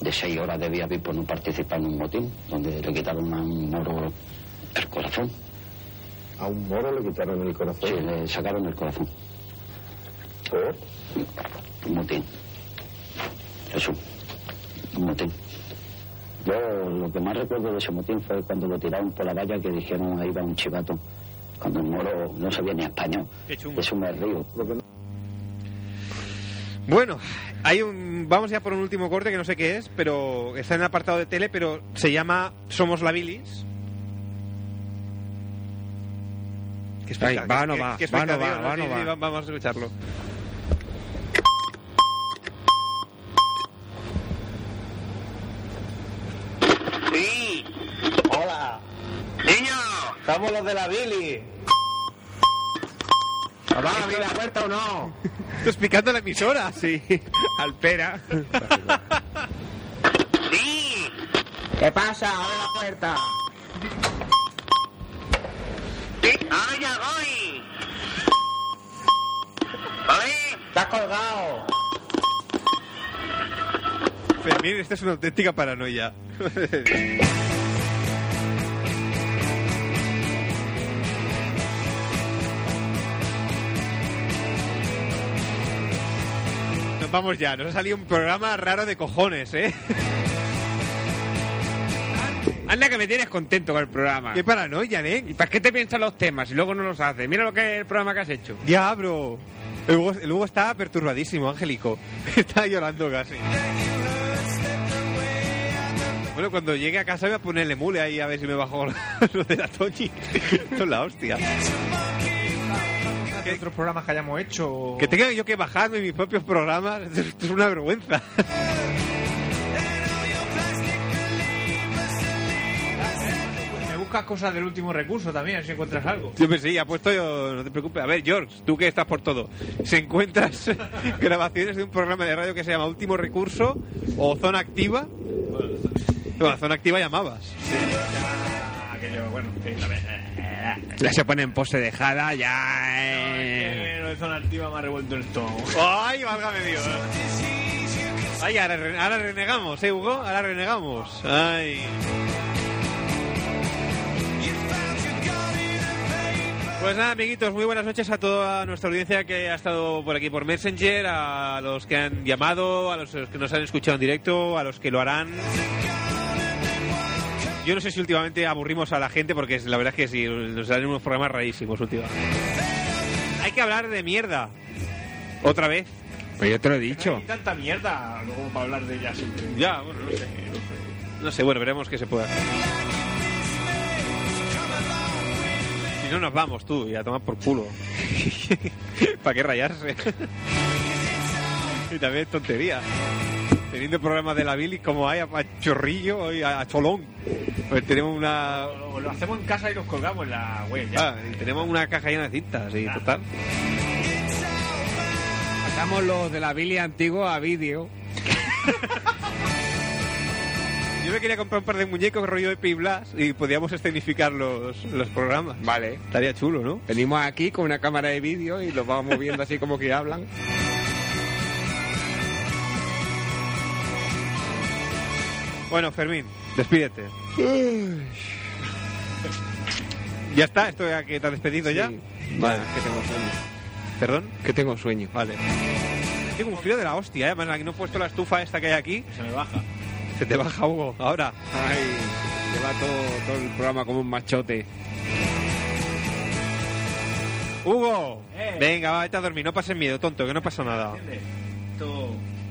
de seis horas de vía vive por no participar en un motín, donde le quitaron a un moro el corazón. a un moro le quitaron el corazón. Sí, le sacaron el corazón. ¿Por? Un motín. Eso. Un motín. Yo lo que más recuerdo de ese motín fue cuando lo tiraron por la valla que dijeron ahí va un chivato. Cuando el moro no sabía ni español. Qué chungo. um Eso me río. Bueno, hay un, vamos ya por un último corte que no sé qué es, pero está en el apartado de tele, pero se llama Somos la Bilis. Que Ay, explica- va, que- no que- va, que va, explica, no va, tío, va, no Sí, sí, va. Vamos a escucharlo. Sí. Hola. Niño. Somos los de la Billy. ¿Nos van a abrir la puerta o no? Estoy explicando la emisora. Sí, Alpera. Sí. ¿Qué pasa? Abre la puerta. Sí. ¡Ahora ya voy! ¡Oye! ¡Estás colgado! Fermín, esta es una auténtica paranoia. Nos vamos ya, nos ha salido un programa raro de cojones, ¿eh? Anda que me tienes contento con el programa. Qué paranoia, ¿eh? ¿Y para qué te piensas los temas y luego no los haces? Mira lo que es el programa que has hecho. Diablo. El Hugo, el Hugo está perturbadísimo, Angélico. Está llorando casi. Bueno, cuando llegue a casa voy a ponerle mule ahí a ver si me bajo lo de la Toñi. Esto es la hostia. ¿Qué otros programas que hayamos hecho? Que tenga yo que bajarme mis propios programas, esto es una vergüenza. Me buscas cosas del último recurso también, a ver si encuentras algo. Yo pues sí, ha puesto yo, no te preocupes. A ver, George, tú que estás por todo. ¿Se encuentras grabaciones de un programa de radio que se llama Último Recurso o Zona Activa? Bueno, Zona Activa llamabas. Aquello, bueno, que también, eh, eh, Ya se pone en pose dejada, ya. eh. eh, lo de zona activa me ha revuelto el estómago. ¡Ay, válgame Dios! Ay, ahora, re- ahora renegamos, ¿eh, Hugo? Ahora renegamos. Ay. Pues nada, amiguitos, muy buenas noches a toda nuestra audiencia que ha estado por aquí por Messenger, a los que han llamado, a los que nos han escuchado en directo, a los que lo harán. Yo no sé si últimamente aburrimos a la gente porque la verdad es que sí, nos dan unos programas rarísimos últimamente. Hay que hablar de mierda. Otra vez. Pues yo te lo he dicho. Hay tanta mierda luego para hablar de ella siempre. Ya, bueno, no sé. No sé, bueno, veremos qué se puede hacer. Si no nos vamos tú y a tomar por culo. ¿Para qué rayarse? y también es tontería. Teniendo programas de la Billy como hay a a Chorrillo y a a Cholón. Pues tenemos una. O lo hacemos en casa y los colgamos en la web. Ya. Ah. ah, y tenemos una caja llena de cintas, y total. Pasamos los de la Billy antiguo a vídeo. Yo me quería comprar un par de muñecos rollo de Pi Blas y podíamos escenificar los, los programas. Vale. Estaría chulo, ¿no? Venimos aquí con una cámara de vídeo y los vamos viendo así como que hablan. Bueno, Fermín, despídete. ¿Ya está? ¿Esto ya que te has despedido ya? Vale, que tengo sueño. ¿Perdón? Que tengo sueño. Vale. Tengo un frío de la hostia, ¿eh? además aquí no he puesto la estufa esta que hay aquí. Se me baja. Se te baja, Hugo, ahora. Ay, lleva todo, todo el programa como un machote. ¡Hugo! Eh. Venga, va, vete a dormir, no pases miedo, tonto, que no pasa nada. ¿Entiendes? Esto,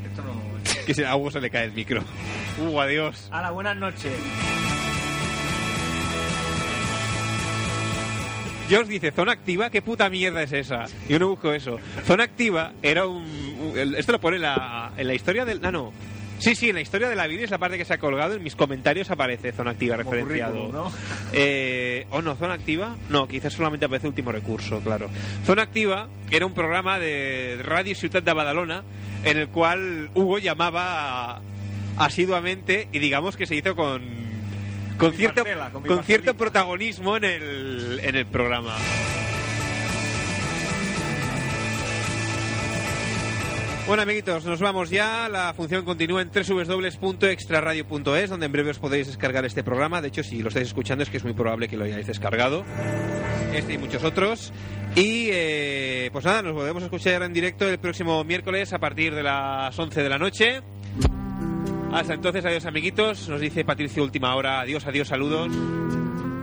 esto no. Que se- a Hugo se le cae el micro. Hugo, adiós. Hala, buenas noches. George dice, zona activa, ¿qué puta mierda es esa? Yo no busco eso. Zona activa era un... un- el- esto lo pone en la, en la historia del... No, no. Sí, sí, en la historia de la vida es la parte que se ha colgado. En mis comentarios aparece zona activa Como referenciado. currículum, ¿no? Eh, ¿O no? ¿Zona activa? No, quizás solamente aparece último recurso, claro. Zona activa era un programa de Radio Ciutat de Badalona en el cual Hugo llamaba asiduamente y digamos que se hizo con, con, mi cierto, parcela, con mi con cierto parcelita. protagonismo en el, en el programa. Bueno, amiguitos, nos vamos ya. La función continúa en www.extraradio.es, donde en breve os podéis descargar este programa. De hecho, si lo estáis escuchando es que es muy probable que lo hayáis descargado. Este y muchos otros. Y eh, pues nada, nos volvemos a escuchar en directo el próximo miércoles a partir de las 11 de la noche. Hasta entonces, adiós amiguitos. Nos dice Patricio última hora. Adiós, adiós, saludos.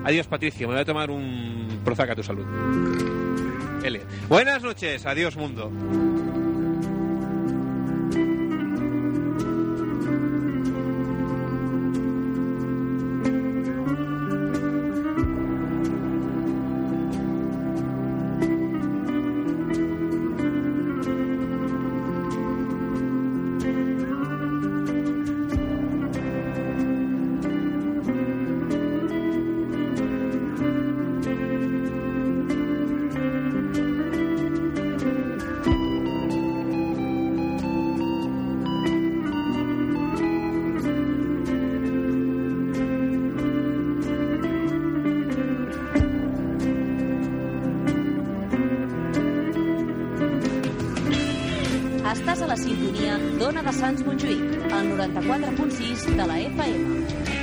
Adiós Patricio, me voy a tomar un Prozac a tu salud. L. Buenas noches, adiós mundo. Estàs a la sintonia d'Ona de Sants Montjuïc, al 94.6 de la FM.